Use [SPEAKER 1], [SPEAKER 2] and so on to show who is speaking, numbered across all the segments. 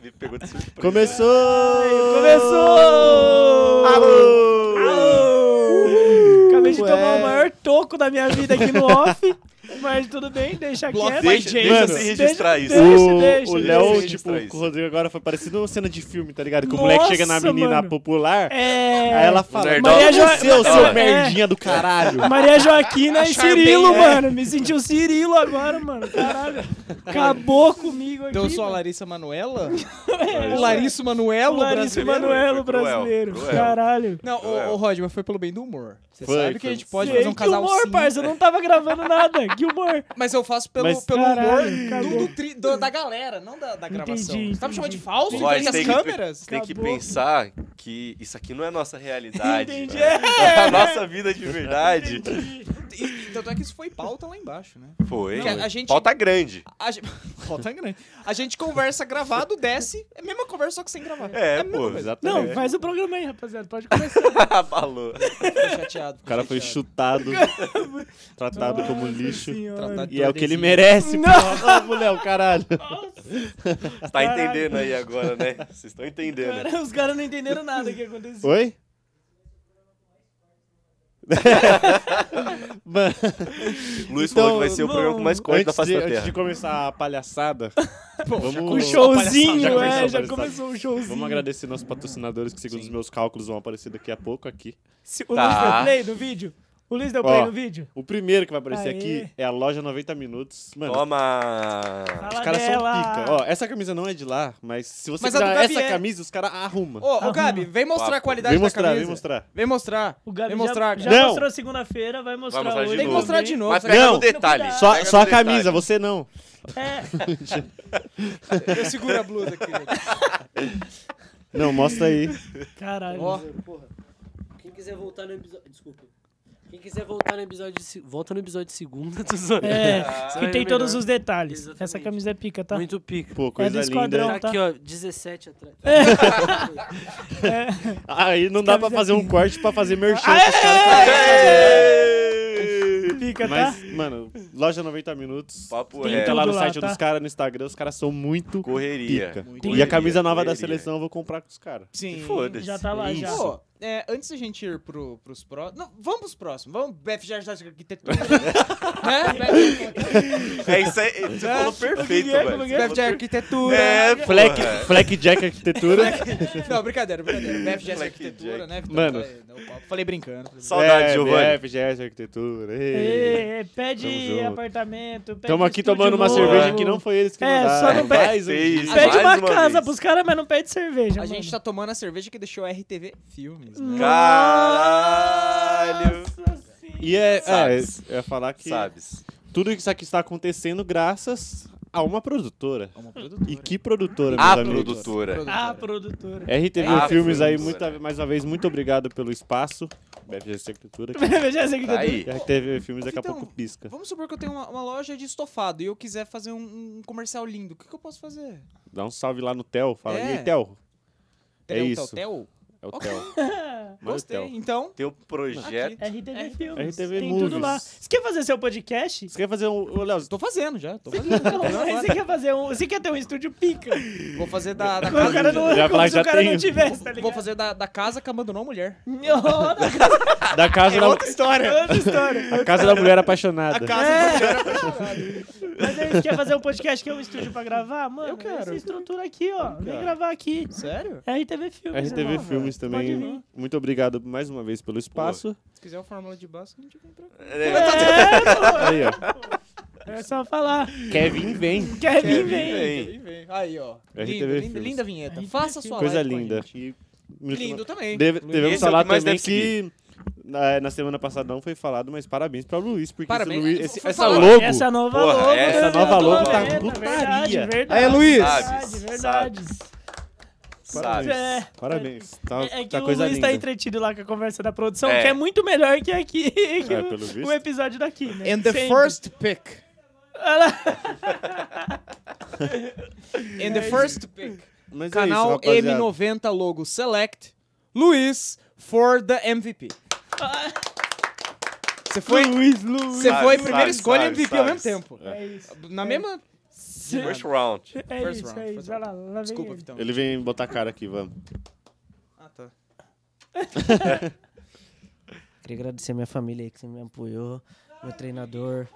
[SPEAKER 1] Me pegou de
[SPEAKER 2] É,
[SPEAKER 1] surpresa.
[SPEAKER 2] Começou!
[SPEAKER 3] Começou!
[SPEAKER 2] Alô!
[SPEAKER 3] Alô! Acabei de
[SPEAKER 2] Ué.
[SPEAKER 3] tomar o maior toco da minha vida aqui no off. Mas tudo bem, deixa
[SPEAKER 1] Bloco-
[SPEAKER 3] quieto.
[SPEAKER 1] deixa-
[SPEAKER 2] deixa
[SPEAKER 3] Mano,
[SPEAKER 2] se
[SPEAKER 1] registrar
[SPEAKER 3] deixa-
[SPEAKER 1] isso.
[SPEAKER 3] Deixa,
[SPEAKER 2] O-
[SPEAKER 3] deixa,
[SPEAKER 2] o
[SPEAKER 3] deixa.
[SPEAKER 2] Léo,
[SPEAKER 1] deixa.
[SPEAKER 2] tipo,
[SPEAKER 1] Registra isso.
[SPEAKER 2] com o Rodrigo agora foi parecendo uma cena de filme, tá ligado? Que o moleque
[SPEAKER 3] Nossa,
[SPEAKER 2] chega na menina
[SPEAKER 3] mano.
[SPEAKER 2] popular,
[SPEAKER 3] É.
[SPEAKER 2] aí ela fala,
[SPEAKER 1] Nerdão.
[SPEAKER 2] Maria
[SPEAKER 3] Maria Jo-
[SPEAKER 2] você, o seu
[SPEAKER 3] É.
[SPEAKER 2] merdinha do caralho.
[SPEAKER 3] Maria Joaquina e
[SPEAKER 4] Charmaine,
[SPEAKER 3] Cirilo,
[SPEAKER 4] é.
[SPEAKER 3] mano. Me senti o Cirilo agora, mano. Caralho. Acabou comigo aqui.
[SPEAKER 1] um
[SPEAKER 4] Então eu sou a
[SPEAKER 3] mano.
[SPEAKER 4] Larissa Manuela?
[SPEAKER 3] É,
[SPEAKER 4] é o Larissa Manuelo
[SPEAKER 3] o Larissa
[SPEAKER 4] brasileiro?
[SPEAKER 3] Manoelo
[SPEAKER 1] Foi cruel,
[SPEAKER 3] brasileiro.
[SPEAKER 1] cruel.
[SPEAKER 3] Caralho.
[SPEAKER 4] Não, ô, ô Rod, mas foi pelo bem do humor. Você
[SPEAKER 2] Foi,
[SPEAKER 4] sabe que
[SPEAKER 2] foi.
[SPEAKER 4] a gente pode
[SPEAKER 3] Gente,
[SPEAKER 4] fazer um casal
[SPEAKER 3] que humor,
[SPEAKER 4] sim.
[SPEAKER 3] parça. Eu não tava gravando nada. Que humor.
[SPEAKER 4] Mas eu faço pelo,
[SPEAKER 2] Mas-
[SPEAKER 4] pelo
[SPEAKER 3] Caralho,
[SPEAKER 4] humor do-
[SPEAKER 3] acabou.
[SPEAKER 4] do tri- do- da galera, não da, da gravação.
[SPEAKER 3] Entendi,
[SPEAKER 4] você tá me chamando de
[SPEAKER 3] entendi.
[SPEAKER 4] falso?
[SPEAKER 1] Lógico,
[SPEAKER 4] Frente
[SPEAKER 1] tem
[SPEAKER 4] às
[SPEAKER 1] que-
[SPEAKER 4] câmeras?
[SPEAKER 1] Tem que
[SPEAKER 3] Acabou.
[SPEAKER 1] pensar que isso aqui não é a nossa realidade.
[SPEAKER 3] Entendi.
[SPEAKER 1] velho.
[SPEAKER 3] É.
[SPEAKER 1] A nossa vida de verdade.
[SPEAKER 4] E- e Tanto é que isso foi pauta lá embaixo, né?
[SPEAKER 1] Foi.
[SPEAKER 4] Não, a gente-
[SPEAKER 1] Falta grande.
[SPEAKER 4] A gente... Pauta é grande. A gente conversa gravado, desce. É a mesma conversa, só que sem gravar.
[SPEAKER 1] É,
[SPEAKER 4] a mesma
[SPEAKER 1] pô,
[SPEAKER 4] coisa.
[SPEAKER 2] Exatamente.
[SPEAKER 3] Não, faz o programa aí, rapaziada. Pode começar.
[SPEAKER 1] Falou.
[SPEAKER 4] Fiquei chateado.
[SPEAKER 2] O cara foi
[SPEAKER 4] chateado.
[SPEAKER 2] chutado, tratado como
[SPEAKER 3] Nossa
[SPEAKER 2] lixo.
[SPEAKER 3] senhora.
[SPEAKER 4] Tratado de
[SPEAKER 2] E é o que ele
[SPEAKER 4] tordesilha.
[SPEAKER 2] merece, porra. Ô, mulher, o caralho.
[SPEAKER 1] Tá
[SPEAKER 3] Caralho.
[SPEAKER 1] entendendo aí agora, né? Vocês estão entendendo.
[SPEAKER 3] Cara, os caras não entenderam nada que aconteceu.
[SPEAKER 2] Oi? Mano,
[SPEAKER 1] Luiz
[SPEAKER 2] Então,
[SPEAKER 1] falou que vai ser o
[SPEAKER 3] não,
[SPEAKER 1] programa com mais corte da
[SPEAKER 2] antes
[SPEAKER 1] face
[SPEAKER 2] de,
[SPEAKER 1] da
[SPEAKER 2] antes
[SPEAKER 1] Terra.
[SPEAKER 2] de começar a palhaçada,
[SPEAKER 4] Bom, já
[SPEAKER 2] Vamos-
[SPEAKER 3] O
[SPEAKER 4] começou a
[SPEAKER 3] showzinho,
[SPEAKER 2] já
[SPEAKER 4] palhaçada.
[SPEAKER 2] começou,
[SPEAKER 3] é, já
[SPEAKER 2] já
[SPEAKER 3] começou o showzinho.
[SPEAKER 2] vamos agradecer nossos patrocinadores que, segundo os meus cálculos, vão aparecer daqui a pouco aqui.
[SPEAKER 3] Se- O
[SPEAKER 1] Tá.
[SPEAKER 3] Luiz deu play no vídeo? O Luiz deu play
[SPEAKER 2] Ó.
[SPEAKER 3] no vídeo?
[SPEAKER 2] O primeiro que vai aparecer
[SPEAKER 3] Aê.
[SPEAKER 2] aqui é a loja 90 Minutos. Mano,
[SPEAKER 1] Toma!
[SPEAKER 3] Fala
[SPEAKER 2] os caras são
[SPEAKER 3] dela.
[SPEAKER 2] pica. Ó, essa camisa não é de lá, mas se você
[SPEAKER 4] Mas a do
[SPEAKER 2] quiser
[SPEAKER 4] Gabi
[SPEAKER 2] essa
[SPEAKER 4] é.
[SPEAKER 2] camisa, os caras arrumam.
[SPEAKER 4] Ô, ô
[SPEAKER 3] Arruma.
[SPEAKER 4] Gabi, vem mostrar a qualidade
[SPEAKER 2] vem
[SPEAKER 4] da
[SPEAKER 2] mostrar,
[SPEAKER 4] camisa.
[SPEAKER 2] vem mostrar.
[SPEAKER 4] Vem mostrar.
[SPEAKER 3] O Gabi
[SPEAKER 4] Vem mostrar,
[SPEAKER 2] Gabi.
[SPEAKER 3] já, já
[SPEAKER 2] Não.
[SPEAKER 3] mostrou segunda-feira, vai mostrar,
[SPEAKER 1] mostrar de
[SPEAKER 3] hoje.
[SPEAKER 4] Tem que
[SPEAKER 1] novo.
[SPEAKER 4] mostrar de novo.
[SPEAKER 1] Mas
[SPEAKER 4] cara.
[SPEAKER 1] pega
[SPEAKER 2] Não.
[SPEAKER 1] no detalhe.
[SPEAKER 2] Só,
[SPEAKER 1] Ah, pega
[SPEAKER 2] só
[SPEAKER 1] no
[SPEAKER 2] a camisa,
[SPEAKER 1] detalhe.
[SPEAKER 2] você não.
[SPEAKER 3] É,
[SPEAKER 4] Eu seguro a blusa aqui. gente.
[SPEAKER 2] Não, mostra aí.
[SPEAKER 3] caralho.
[SPEAKER 4] Ó,
[SPEAKER 5] Porra. Quem quiser voltar no episódio. Desculpa. Quem quiser voltar no episódio. de se- Volta no episódio de segunda. Tô zoando.
[SPEAKER 3] É,
[SPEAKER 5] Isso
[SPEAKER 3] que
[SPEAKER 5] aí
[SPEAKER 3] tem
[SPEAKER 5] é
[SPEAKER 3] todos
[SPEAKER 5] melhor.
[SPEAKER 3] os detalhes.
[SPEAKER 5] Exatamente.
[SPEAKER 3] Essa camisa é pica, tá?
[SPEAKER 5] Muito pica.
[SPEAKER 2] Pô, coisa
[SPEAKER 3] do esquadrão.
[SPEAKER 2] linda.
[SPEAKER 5] Então Tá
[SPEAKER 2] hein?
[SPEAKER 5] aqui, ó, 17 atrás.
[SPEAKER 2] Aí não dá pra
[SPEAKER 3] Camisa
[SPEAKER 2] fazer um
[SPEAKER 4] assim.
[SPEAKER 3] aqui.
[SPEAKER 2] corte pra fazer merchan.
[SPEAKER 3] Aê!
[SPEAKER 2] pros
[SPEAKER 4] Tá
[SPEAKER 2] caras.
[SPEAKER 3] Pica,
[SPEAKER 2] Mas,
[SPEAKER 3] tá?
[SPEAKER 2] mano, loja 90 Minutos.
[SPEAKER 1] Papo
[SPEAKER 3] Tem
[SPEAKER 1] reto.
[SPEAKER 2] Entra lá no
[SPEAKER 3] Tudo lá,
[SPEAKER 2] site
[SPEAKER 3] tá?
[SPEAKER 2] dos caras, no Instagram, os caras são muito
[SPEAKER 1] é. Correria.
[SPEAKER 2] pica.
[SPEAKER 4] Muito
[SPEAKER 2] E
[SPEAKER 1] Correria,
[SPEAKER 2] a camisa nova da
[SPEAKER 1] correria.
[SPEAKER 2] seleção eu vou comprar com os caras.
[SPEAKER 4] sim.
[SPEAKER 1] Foda-se.
[SPEAKER 3] Já tá lá, já.
[SPEAKER 4] Pô, é, antes da gente ir pro, pros próximos. Não, vamos pros próximos. Vamos. BF já está arquitetura. né?
[SPEAKER 1] É isso aí. Você falou perfeito,
[SPEAKER 3] Miguel,
[SPEAKER 1] velho.
[SPEAKER 3] o Miguel.
[SPEAKER 4] BF de arquitetura.
[SPEAKER 1] É, pô.
[SPEAKER 2] Fleck, Fleck Jack Arquitetura.
[SPEAKER 4] Não, brincadeira, brincadeira. BF de
[SPEAKER 1] Black
[SPEAKER 4] arquitetura,
[SPEAKER 1] Jack.
[SPEAKER 4] né? Vitão?
[SPEAKER 2] Mano.
[SPEAKER 4] Falei, não, papo. falei brincando. falei
[SPEAKER 1] Saudade,
[SPEAKER 2] é,
[SPEAKER 1] Giovanni.
[SPEAKER 2] BF, Jack Arquitetura. ei.
[SPEAKER 3] Ê, ê,
[SPEAKER 2] Tamo
[SPEAKER 3] pede
[SPEAKER 2] junto.
[SPEAKER 3] apartamento. pede
[SPEAKER 2] Tamo aqui
[SPEAKER 3] estúdio
[SPEAKER 2] tomando uma
[SPEAKER 3] novo.
[SPEAKER 2] cerveja que não foi eles que
[SPEAKER 3] É,
[SPEAKER 2] mandaram.
[SPEAKER 3] só não pede-
[SPEAKER 2] Mais um
[SPEAKER 1] Fez.
[SPEAKER 2] dia.
[SPEAKER 3] Pede
[SPEAKER 1] Mais
[SPEAKER 3] uma,
[SPEAKER 1] uma
[SPEAKER 3] casa
[SPEAKER 1] vez.
[SPEAKER 3] pros caras, mas não pede cerveja.
[SPEAKER 4] brincando. A
[SPEAKER 3] mano.
[SPEAKER 4] gente tá tomando a cerveja que deixou a RTV Filmes, né?
[SPEAKER 1] Caralho.
[SPEAKER 3] Nossa senhora.
[SPEAKER 2] E é, é,
[SPEAKER 1] Sabes.
[SPEAKER 2] eu ia falar que
[SPEAKER 1] Sabes.
[SPEAKER 2] tudo isso aqui está acontecendo graças a uma produtora.
[SPEAKER 4] É uma produtora.
[SPEAKER 2] E que produtora, meus
[SPEAKER 1] A
[SPEAKER 2] amigos?
[SPEAKER 1] Ah, produtora.
[SPEAKER 3] Ah, produtora.
[SPEAKER 2] RTV
[SPEAKER 1] Ah,
[SPEAKER 2] Filmes aí,
[SPEAKER 1] produtora.
[SPEAKER 2] muita, mais uma vez, muito obrigado pelo espaço. BFG Arquitetura.
[SPEAKER 3] Já sei que é.
[SPEAKER 1] Tá aí.
[SPEAKER 2] E a RTV Filmes daqui a
[SPEAKER 4] Vitão,
[SPEAKER 1] um-
[SPEAKER 2] pouco pisca.
[SPEAKER 4] Vamos supor que eu tenho uma, uma loja de estofado e eu quiser fazer um, um comercial lindo. O que, que eu posso fazer?
[SPEAKER 2] Dá um salve lá no Theo. Fala,
[SPEAKER 4] É.
[SPEAKER 2] e aí, Theo? É
[SPEAKER 4] Tel,
[SPEAKER 2] isso.
[SPEAKER 4] Tel, tel?
[SPEAKER 2] É o
[SPEAKER 4] Ok.
[SPEAKER 2] Theo. Mas o
[SPEAKER 4] Gostei.
[SPEAKER 2] Theo.
[SPEAKER 4] Então,
[SPEAKER 1] Tem um projeto.
[SPEAKER 3] RTV Filmes.
[SPEAKER 2] RTV
[SPEAKER 3] tem tudo
[SPEAKER 2] Movies.
[SPEAKER 3] lá. Você quer fazer seu podcast?
[SPEAKER 2] Você quer fazer um... Ô, Léo,
[SPEAKER 4] tô fazendo já. Tô fazendo. tô fazendo agora.
[SPEAKER 3] Você quer fazer um. Você quer ter um estúdio pica?
[SPEAKER 4] Vou fazer da, da
[SPEAKER 3] Como, o cara
[SPEAKER 4] casa.
[SPEAKER 3] não,
[SPEAKER 2] Já
[SPEAKER 3] como
[SPEAKER 2] falar,
[SPEAKER 3] se
[SPEAKER 2] já
[SPEAKER 3] o cara
[SPEAKER 2] tenho.
[SPEAKER 3] não tivesse, tá ligado?
[SPEAKER 4] Vou fazer da, da casa que abandonou a mulher. É
[SPEAKER 3] Outra
[SPEAKER 2] tá- da casa, da,
[SPEAKER 4] história. É.
[SPEAKER 3] história.
[SPEAKER 2] É a casa da mulher apaixonada.
[SPEAKER 3] Mas aí você quer fazer um podcast que é um estúdio pra gravar? Mano,
[SPEAKER 4] Eu quero.
[SPEAKER 3] essa estrutura aqui, ó. Vem
[SPEAKER 2] quero.
[SPEAKER 3] gravar aqui.
[SPEAKER 4] Sério?
[SPEAKER 3] RTV Filmes.
[SPEAKER 2] RTV
[SPEAKER 3] irmão.
[SPEAKER 2] Filmes também.
[SPEAKER 3] Pode vir.
[SPEAKER 2] Muito obrigado mais uma vez pelo espaço.
[SPEAKER 4] Se quiser uma fórmula de básico, a gente vem pra cá.
[SPEAKER 1] É,
[SPEAKER 2] Aí, ó.
[SPEAKER 3] É só falar.
[SPEAKER 2] Kevin vem.
[SPEAKER 3] Quer vir,
[SPEAKER 1] vir,
[SPEAKER 3] vem.
[SPEAKER 1] vem.
[SPEAKER 4] Vem, vem. Aí, ó.
[SPEAKER 2] RTV
[SPEAKER 4] Lindo, linda,
[SPEAKER 2] Filmes.
[SPEAKER 4] linda vinheta.
[SPEAKER 3] RTV
[SPEAKER 4] Faça a sua
[SPEAKER 2] Coisa
[SPEAKER 4] live com a
[SPEAKER 2] linda.
[SPEAKER 4] gente.
[SPEAKER 2] E-
[SPEAKER 4] Lindo também.
[SPEAKER 2] Deve-
[SPEAKER 4] Lindo.
[SPEAKER 2] devemos
[SPEAKER 1] Esse é o
[SPEAKER 2] falar
[SPEAKER 1] que mais
[SPEAKER 2] também
[SPEAKER 1] deve
[SPEAKER 2] que eh, na, na semana passada não foi falado, mas parabéns pra Luiz, porque
[SPEAKER 4] Parabéns.
[SPEAKER 2] esse Luiz- esse-
[SPEAKER 4] Foi
[SPEAKER 2] essa
[SPEAKER 4] falado.
[SPEAKER 2] logo.
[SPEAKER 3] Essa nova
[SPEAKER 1] Porra,
[SPEAKER 3] logo.
[SPEAKER 1] essa
[SPEAKER 3] né?
[SPEAKER 2] nova logo tá
[SPEAKER 3] Verdade,
[SPEAKER 2] putaria.
[SPEAKER 3] Verdade,
[SPEAKER 4] Aê, Luiz.
[SPEAKER 3] Verdade,
[SPEAKER 1] Sabe,
[SPEAKER 3] verdade.
[SPEAKER 1] Sabe.
[SPEAKER 3] É.
[SPEAKER 2] Parabéns. Tá,
[SPEAKER 3] É, é que
[SPEAKER 2] tá
[SPEAKER 3] o Luiz
[SPEAKER 2] coisa linda.
[SPEAKER 3] tá entretido lá com a conversa da produção,
[SPEAKER 1] É.
[SPEAKER 3] que é muito melhor que aqui. que
[SPEAKER 2] É,
[SPEAKER 3] o-
[SPEAKER 2] pelo visto.
[SPEAKER 3] o episódio daqui, né?
[SPEAKER 4] And the
[SPEAKER 3] Sempre.
[SPEAKER 4] first pick.
[SPEAKER 3] Ela-
[SPEAKER 4] And the first pick.
[SPEAKER 2] Mas é isso,
[SPEAKER 4] Canal
[SPEAKER 2] rapaziada.
[SPEAKER 4] M90 logo Select. Luiz for the MVP. Você foi,
[SPEAKER 2] Luiz, Luiz.
[SPEAKER 4] você
[SPEAKER 1] Sabe,
[SPEAKER 4] foi
[SPEAKER 1] sabe,
[SPEAKER 2] Ah,
[SPEAKER 4] primeira escolha e
[SPEAKER 1] sabe,
[SPEAKER 4] MVP ao
[SPEAKER 1] sabe.
[SPEAKER 4] mesmo tempo.
[SPEAKER 3] É isso.
[SPEAKER 4] Na mesma
[SPEAKER 1] First round.
[SPEAKER 3] É
[SPEAKER 4] First
[SPEAKER 3] isso,
[SPEAKER 4] round,
[SPEAKER 3] é
[SPEAKER 4] first
[SPEAKER 3] isso. Vai lá, lá vem
[SPEAKER 4] Desculpa,
[SPEAKER 3] ele.
[SPEAKER 4] Vitão.
[SPEAKER 2] Ele vem botar a cara aqui, vamos.
[SPEAKER 4] Ah, tá.
[SPEAKER 5] Queria agradecer a minha família aí que me apoiou, meu treinador.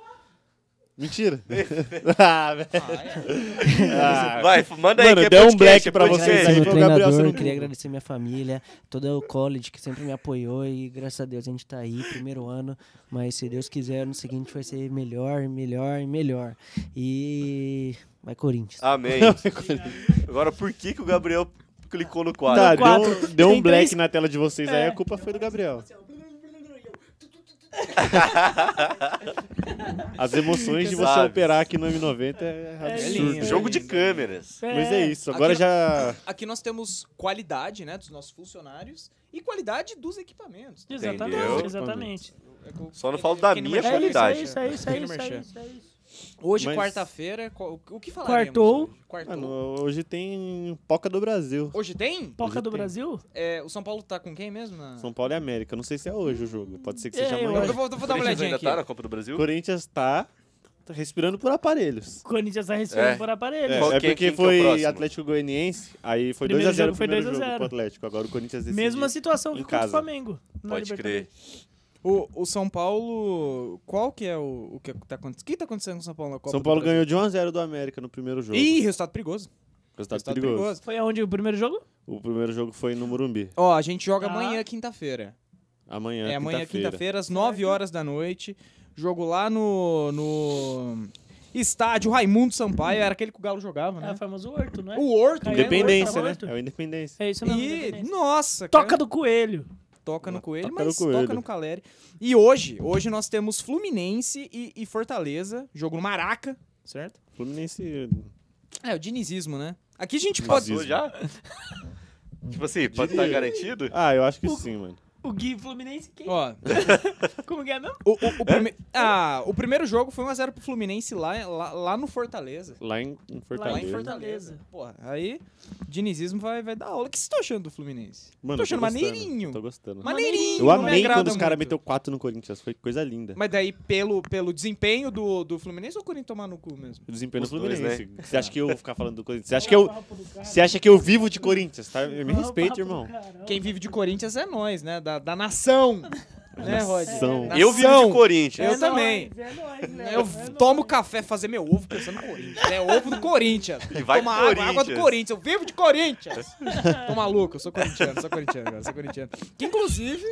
[SPEAKER 2] Mentira. ah, velho.
[SPEAKER 4] Ah, é.
[SPEAKER 2] Ah,
[SPEAKER 1] Vai, manda aí
[SPEAKER 2] Mano,
[SPEAKER 1] que é
[SPEAKER 2] deu um
[SPEAKER 1] podcast,
[SPEAKER 2] black
[SPEAKER 1] é
[SPEAKER 2] pra
[SPEAKER 5] Queria
[SPEAKER 2] vocês
[SPEAKER 1] podcast.
[SPEAKER 2] aí. foi o
[SPEAKER 5] agradecer meu
[SPEAKER 2] Gabriel
[SPEAKER 5] treinador,
[SPEAKER 2] Sarududu.
[SPEAKER 5] queria agradecer minha família, todo o college que sempre me apoiou e graças a Deus a gente tá aí, primeiro ano, mas se Deus quiser, no seguinte vai ser melhor, melhor e melhor. E vai Corinthians.
[SPEAKER 1] Amém. Agora, por que, que o Gabriel clicou no quadro?
[SPEAKER 2] Tá, deu,
[SPEAKER 3] Quatro.
[SPEAKER 2] um- deu um
[SPEAKER 3] Tem
[SPEAKER 2] black
[SPEAKER 3] três-
[SPEAKER 2] na tela de vocês aí, a culpa foi do Gabriel. As emoções de você
[SPEAKER 1] Sabe.
[SPEAKER 2] operar aqui no M90 é absurdo.
[SPEAKER 3] lindo.
[SPEAKER 1] Jogo de câmeras.
[SPEAKER 2] Mas é isso, agora
[SPEAKER 4] Aqui-
[SPEAKER 2] já...
[SPEAKER 4] Aqui nós temos qualidade, né, dos nossos funcionários e qualidade dos equipamentos.
[SPEAKER 3] Exatamente,
[SPEAKER 1] Entendeu?
[SPEAKER 3] exatamente.
[SPEAKER 4] É que eu-
[SPEAKER 1] Só não falo da
[SPEAKER 4] Pequeno
[SPEAKER 1] minha
[SPEAKER 4] merchan.
[SPEAKER 3] É isso, é
[SPEAKER 1] qualidade.
[SPEAKER 3] isso, é isso, é
[SPEAKER 4] Pequeno
[SPEAKER 3] isso, é
[SPEAKER 4] merchan.
[SPEAKER 3] isso, é isso.
[SPEAKER 4] Hoje,
[SPEAKER 2] Mas- Ah,
[SPEAKER 4] quarta-feira, qual- o que falaremos?
[SPEAKER 3] Quartou.
[SPEAKER 4] Hoje? Quartou.
[SPEAKER 2] Mano, hoje tem Poca do Brasil.
[SPEAKER 4] Hoje tem?
[SPEAKER 3] Poca
[SPEAKER 2] Hoje
[SPEAKER 3] do
[SPEAKER 2] tem.
[SPEAKER 3] Brasil?
[SPEAKER 4] É, o São Paulo tá com quem mesmo? na-
[SPEAKER 2] São Paulo e América. Não sei se é hoje o jogo. Pode ser que
[SPEAKER 3] É,
[SPEAKER 2] seja
[SPEAKER 3] eu
[SPEAKER 4] Eu,
[SPEAKER 2] amanhã.
[SPEAKER 4] eu vou, eu vou dar uma
[SPEAKER 1] Corinthians
[SPEAKER 4] olhadinha
[SPEAKER 1] ainda
[SPEAKER 4] aqui.
[SPEAKER 1] tá na Copa do Brasil?
[SPEAKER 2] Corinthians tá, tá respirando por aparelhos.
[SPEAKER 3] O Corinthians tá recebendo
[SPEAKER 1] É.
[SPEAKER 3] por aparelho.
[SPEAKER 2] É,
[SPEAKER 1] Qual
[SPEAKER 2] é
[SPEAKER 1] que é-
[SPEAKER 2] porque
[SPEAKER 1] quem que é o
[SPEAKER 2] foi
[SPEAKER 1] próximo?
[SPEAKER 2] Atlético Goianiense, aí foi
[SPEAKER 3] Primeiro
[SPEAKER 2] 2x0
[SPEAKER 3] jogo
[SPEAKER 2] o
[SPEAKER 3] foi
[SPEAKER 2] primeiro jogo
[SPEAKER 3] 2 a 0.
[SPEAKER 2] pro Atlético. Agora o Corinthians decidiu.
[SPEAKER 3] Mesma situação que
[SPEAKER 2] em
[SPEAKER 3] contra o
[SPEAKER 2] casa.
[SPEAKER 3] Flamengo. na
[SPEAKER 1] Pode
[SPEAKER 3] Libertadores.
[SPEAKER 1] crer.
[SPEAKER 4] O, o São Paulo. Qual que é o, o que tá acontecendo? O que tá acontecendo com o São Paulo na Copa?
[SPEAKER 2] São
[SPEAKER 4] do
[SPEAKER 2] Paulo
[SPEAKER 4] Brasil?
[SPEAKER 2] ganhou de 1x0 do América no primeiro jogo.
[SPEAKER 4] Ih, resultado perigoso.
[SPEAKER 2] Resultado
[SPEAKER 4] Resultado
[SPEAKER 2] perigoso.
[SPEAKER 4] perigoso.
[SPEAKER 3] Foi aonde o primeiro jogo?
[SPEAKER 2] O primeiro jogo foi no Morumbi.
[SPEAKER 4] Ó, a gente joga
[SPEAKER 3] Ah.
[SPEAKER 4] amanhã, quinta-feira.
[SPEAKER 2] Amanhã,
[SPEAKER 4] É, amanhã,
[SPEAKER 2] quinta-feira.
[SPEAKER 4] quinta-feira, às 9 horas da noite. Jogo lá no. no estádio Raimundo Sampaio. Era aquele que o Galo
[SPEAKER 2] Uhum.
[SPEAKER 4] jogava,
[SPEAKER 3] É o
[SPEAKER 4] né?
[SPEAKER 3] famoso Horto, não é?
[SPEAKER 2] Uh.
[SPEAKER 4] O Horto.
[SPEAKER 3] Caiu.
[SPEAKER 4] né?
[SPEAKER 2] Independência, né?
[SPEAKER 3] Morto.
[SPEAKER 2] É o Independência.
[SPEAKER 3] É isso mesmo.
[SPEAKER 4] E,
[SPEAKER 3] Independência.
[SPEAKER 4] nossa, cara.
[SPEAKER 3] Toca do Coelho.
[SPEAKER 4] Toca no Coelho,
[SPEAKER 2] Toca no
[SPEAKER 4] mas
[SPEAKER 2] Coelho.
[SPEAKER 4] toca no Caleri. E hoje, hoje nós temos Fluminense e, e Fortaleza, jogo no Maraca, certo?
[SPEAKER 2] Fluminense.
[SPEAKER 4] É, o dinizismo, né? Aqui a gente pode...
[SPEAKER 1] Passou já? tipo assim, pode estar
[SPEAKER 2] Diria.
[SPEAKER 1] garantido?
[SPEAKER 2] Ah, eu acho que sim, mano.
[SPEAKER 3] O Gui Fluminense, quem?
[SPEAKER 4] Ó,
[SPEAKER 3] Como que é mesmo?
[SPEAKER 4] o, o, o prime- ah, o primeiro jogo foi 1x0 pro Fluminense lá, lá, lá no Fortaleza.
[SPEAKER 2] Lá em, em Fortaleza.
[SPEAKER 3] Lá em Fortaleza.
[SPEAKER 4] Tá Porra, aí dinizismo vai, vai dar aula. O que vocês estão achando do Fluminense?
[SPEAKER 2] Mano,
[SPEAKER 4] tô
[SPEAKER 2] eu
[SPEAKER 4] achando
[SPEAKER 2] gostando,
[SPEAKER 4] maneirinho.
[SPEAKER 2] Tô gostando.
[SPEAKER 4] Maneirinho,
[SPEAKER 2] Eu
[SPEAKER 4] não me
[SPEAKER 2] amei
[SPEAKER 4] agrada
[SPEAKER 2] quando os caras
[SPEAKER 4] muito.
[SPEAKER 2] meteu 4 no Corinthians. Foi coisa linda.
[SPEAKER 4] Mas daí, pelo, pelo desempenho do, do Fluminense ou o Corinthians tomar no cu mesmo?
[SPEAKER 2] O desempenho
[SPEAKER 1] Os
[SPEAKER 2] do
[SPEAKER 1] dois,
[SPEAKER 2] Fluminense.
[SPEAKER 4] né?
[SPEAKER 2] Você acha que eu vou ficar falando do Corinthians? Você acha que eu, você acha que eu vivo de Corinthians, tá? Me respeita, irmão.
[SPEAKER 4] Quem vive de Corinthians é nós, né? Da, da nação. né, Rod?
[SPEAKER 2] Nação.
[SPEAKER 1] Eu vivo
[SPEAKER 4] Nação.
[SPEAKER 1] de Corinthians.
[SPEAKER 4] Eu também.
[SPEAKER 3] É nóis, né?
[SPEAKER 4] Eu
[SPEAKER 3] É
[SPEAKER 4] tomo
[SPEAKER 3] nóis.
[SPEAKER 4] café fazer meu ovo pensando no Corinthians. É ovo do Corinthians.
[SPEAKER 1] E vai
[SPEAKER 4] Toma
[SPEAKER 1] Corinthians.
[SPEAKER 4] água, água do Corinthians. Eu vivo de Corinthians. Tô maluco, eu sou corintiano, sou corintiano, cara, sou corintiano. Que inclusive,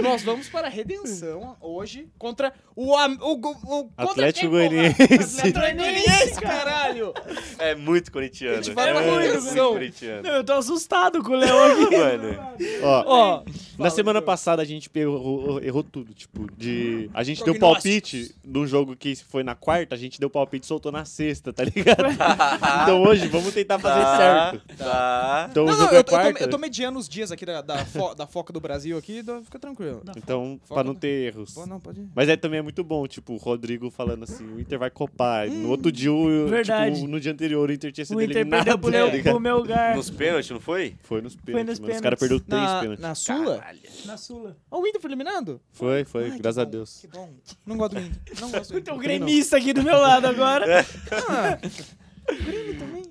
[SPEAKER 4] nós vamos para a redenção hoje contra o. am- o, o, o contra
[SPEAKER 2] Atlético
[SPEAKER 4] quem, porra?
[SPEAKER 2] Goianiense.
[SPEAKER 4] Atlético Goianiense, caralho!
[SPEAKER 1] É muito corintiano.
[SPEAKER 4] A gente vai
[SPEAKER 1] é
[SPEAKER 4] pra redenção.
[SPEAKER 1] corintiano.
[SPEAKER 3] Não, eu tô assustado com o Leão aqui.
[SPEAKER 1] Mano,
[SPEAKER 2] Ó,
[SPEAKER 3] Ó,
[SPEAKER 2] na semana passada a gente errou, errou tudo, tipo, de a gente deu
[SPEAKER 4] Prognósticos.
[SPEAKER 2] palpite num jogo que foi na quarta, a gente deu palpite e soltou na sexta, tá ligado? então hoje vamos tentar fazer
[SPEAKER 1] tá,
[SPEAKER 2] certo.
[SPEAKER 1] tá.
[SPEAKER 2] Então o
[SPEAKER 4] Não, não,
[SPEAKER 2] jogo
[SPEAKER 4] eu,
[SPEAKER 2] é
[SPEAKER 4] tô- eu tô-
[SPEAKER 2] quarta.
[SPEAKER 4] eu tô mediando os dias aqui da, da, fo- da foca do Brasil aqui, do- fica tranquilo.
[SPEAKER 2] Então,
[SPEAKER 4] Foca
[SPEAKER 2] pra não
[SPEAKER 4] no-
[SPEAKER 2] ter erros.
[SPEAKER 4] Pô, não, pode ir.
[SPEAKER 2] Mas é também é muito bom, tipo, o Rodrigo falando assim, o Inter vai copar.
[SPEAKER 4] Hum,
[SPEAKER 2] No outro dia, o,
[SPEAKER 3] Verdade.
[SPEAKER 2] tipo, no dia anterior, o Inter tinha sido
[SPEAKER 3] o Inter
[SPEAKER 2] eliminado.
[SPEAKER 3] perdeu pro,
[SPEAKER 2] tá
[SPEAKER 3] Leo,
[SPEAKER 2] ligado?
[SPEAKER 3] pro meu lugar
[SPEAKER 1] Nos pênaltis, não foi?
[SPEAKER 2] Foi nos pênaltis,
[SPEAKER 3] nos
[SPEAKER 2] mano. Os caras perderam
[SPEAKER 3] pênaltis.
[SPEAKER 2] três
[SPEAKER 4] Na,
[SPEAKER 2] pênaltis.
[SPEAKER 4] na Sula?
[SPEAKER 3] na Sula.
[SPEAKER 4] Ó, o Inter foi eliminado?
[SPEAKER 2] Foi, foi,
[SPEAKER 4] Ai, que
[SPEAKER 2] graças a
[SPEAKER 4] bom,
[SPEAKER 2] Deus.
[SPEAKER 4] Que bom. Não gosto do Inter. Não gosto do Inter.
[SPEAKER 3] Tem um gremista aqui do meu lado agora.
[SPEAKER 4] Ah, Grêmio também.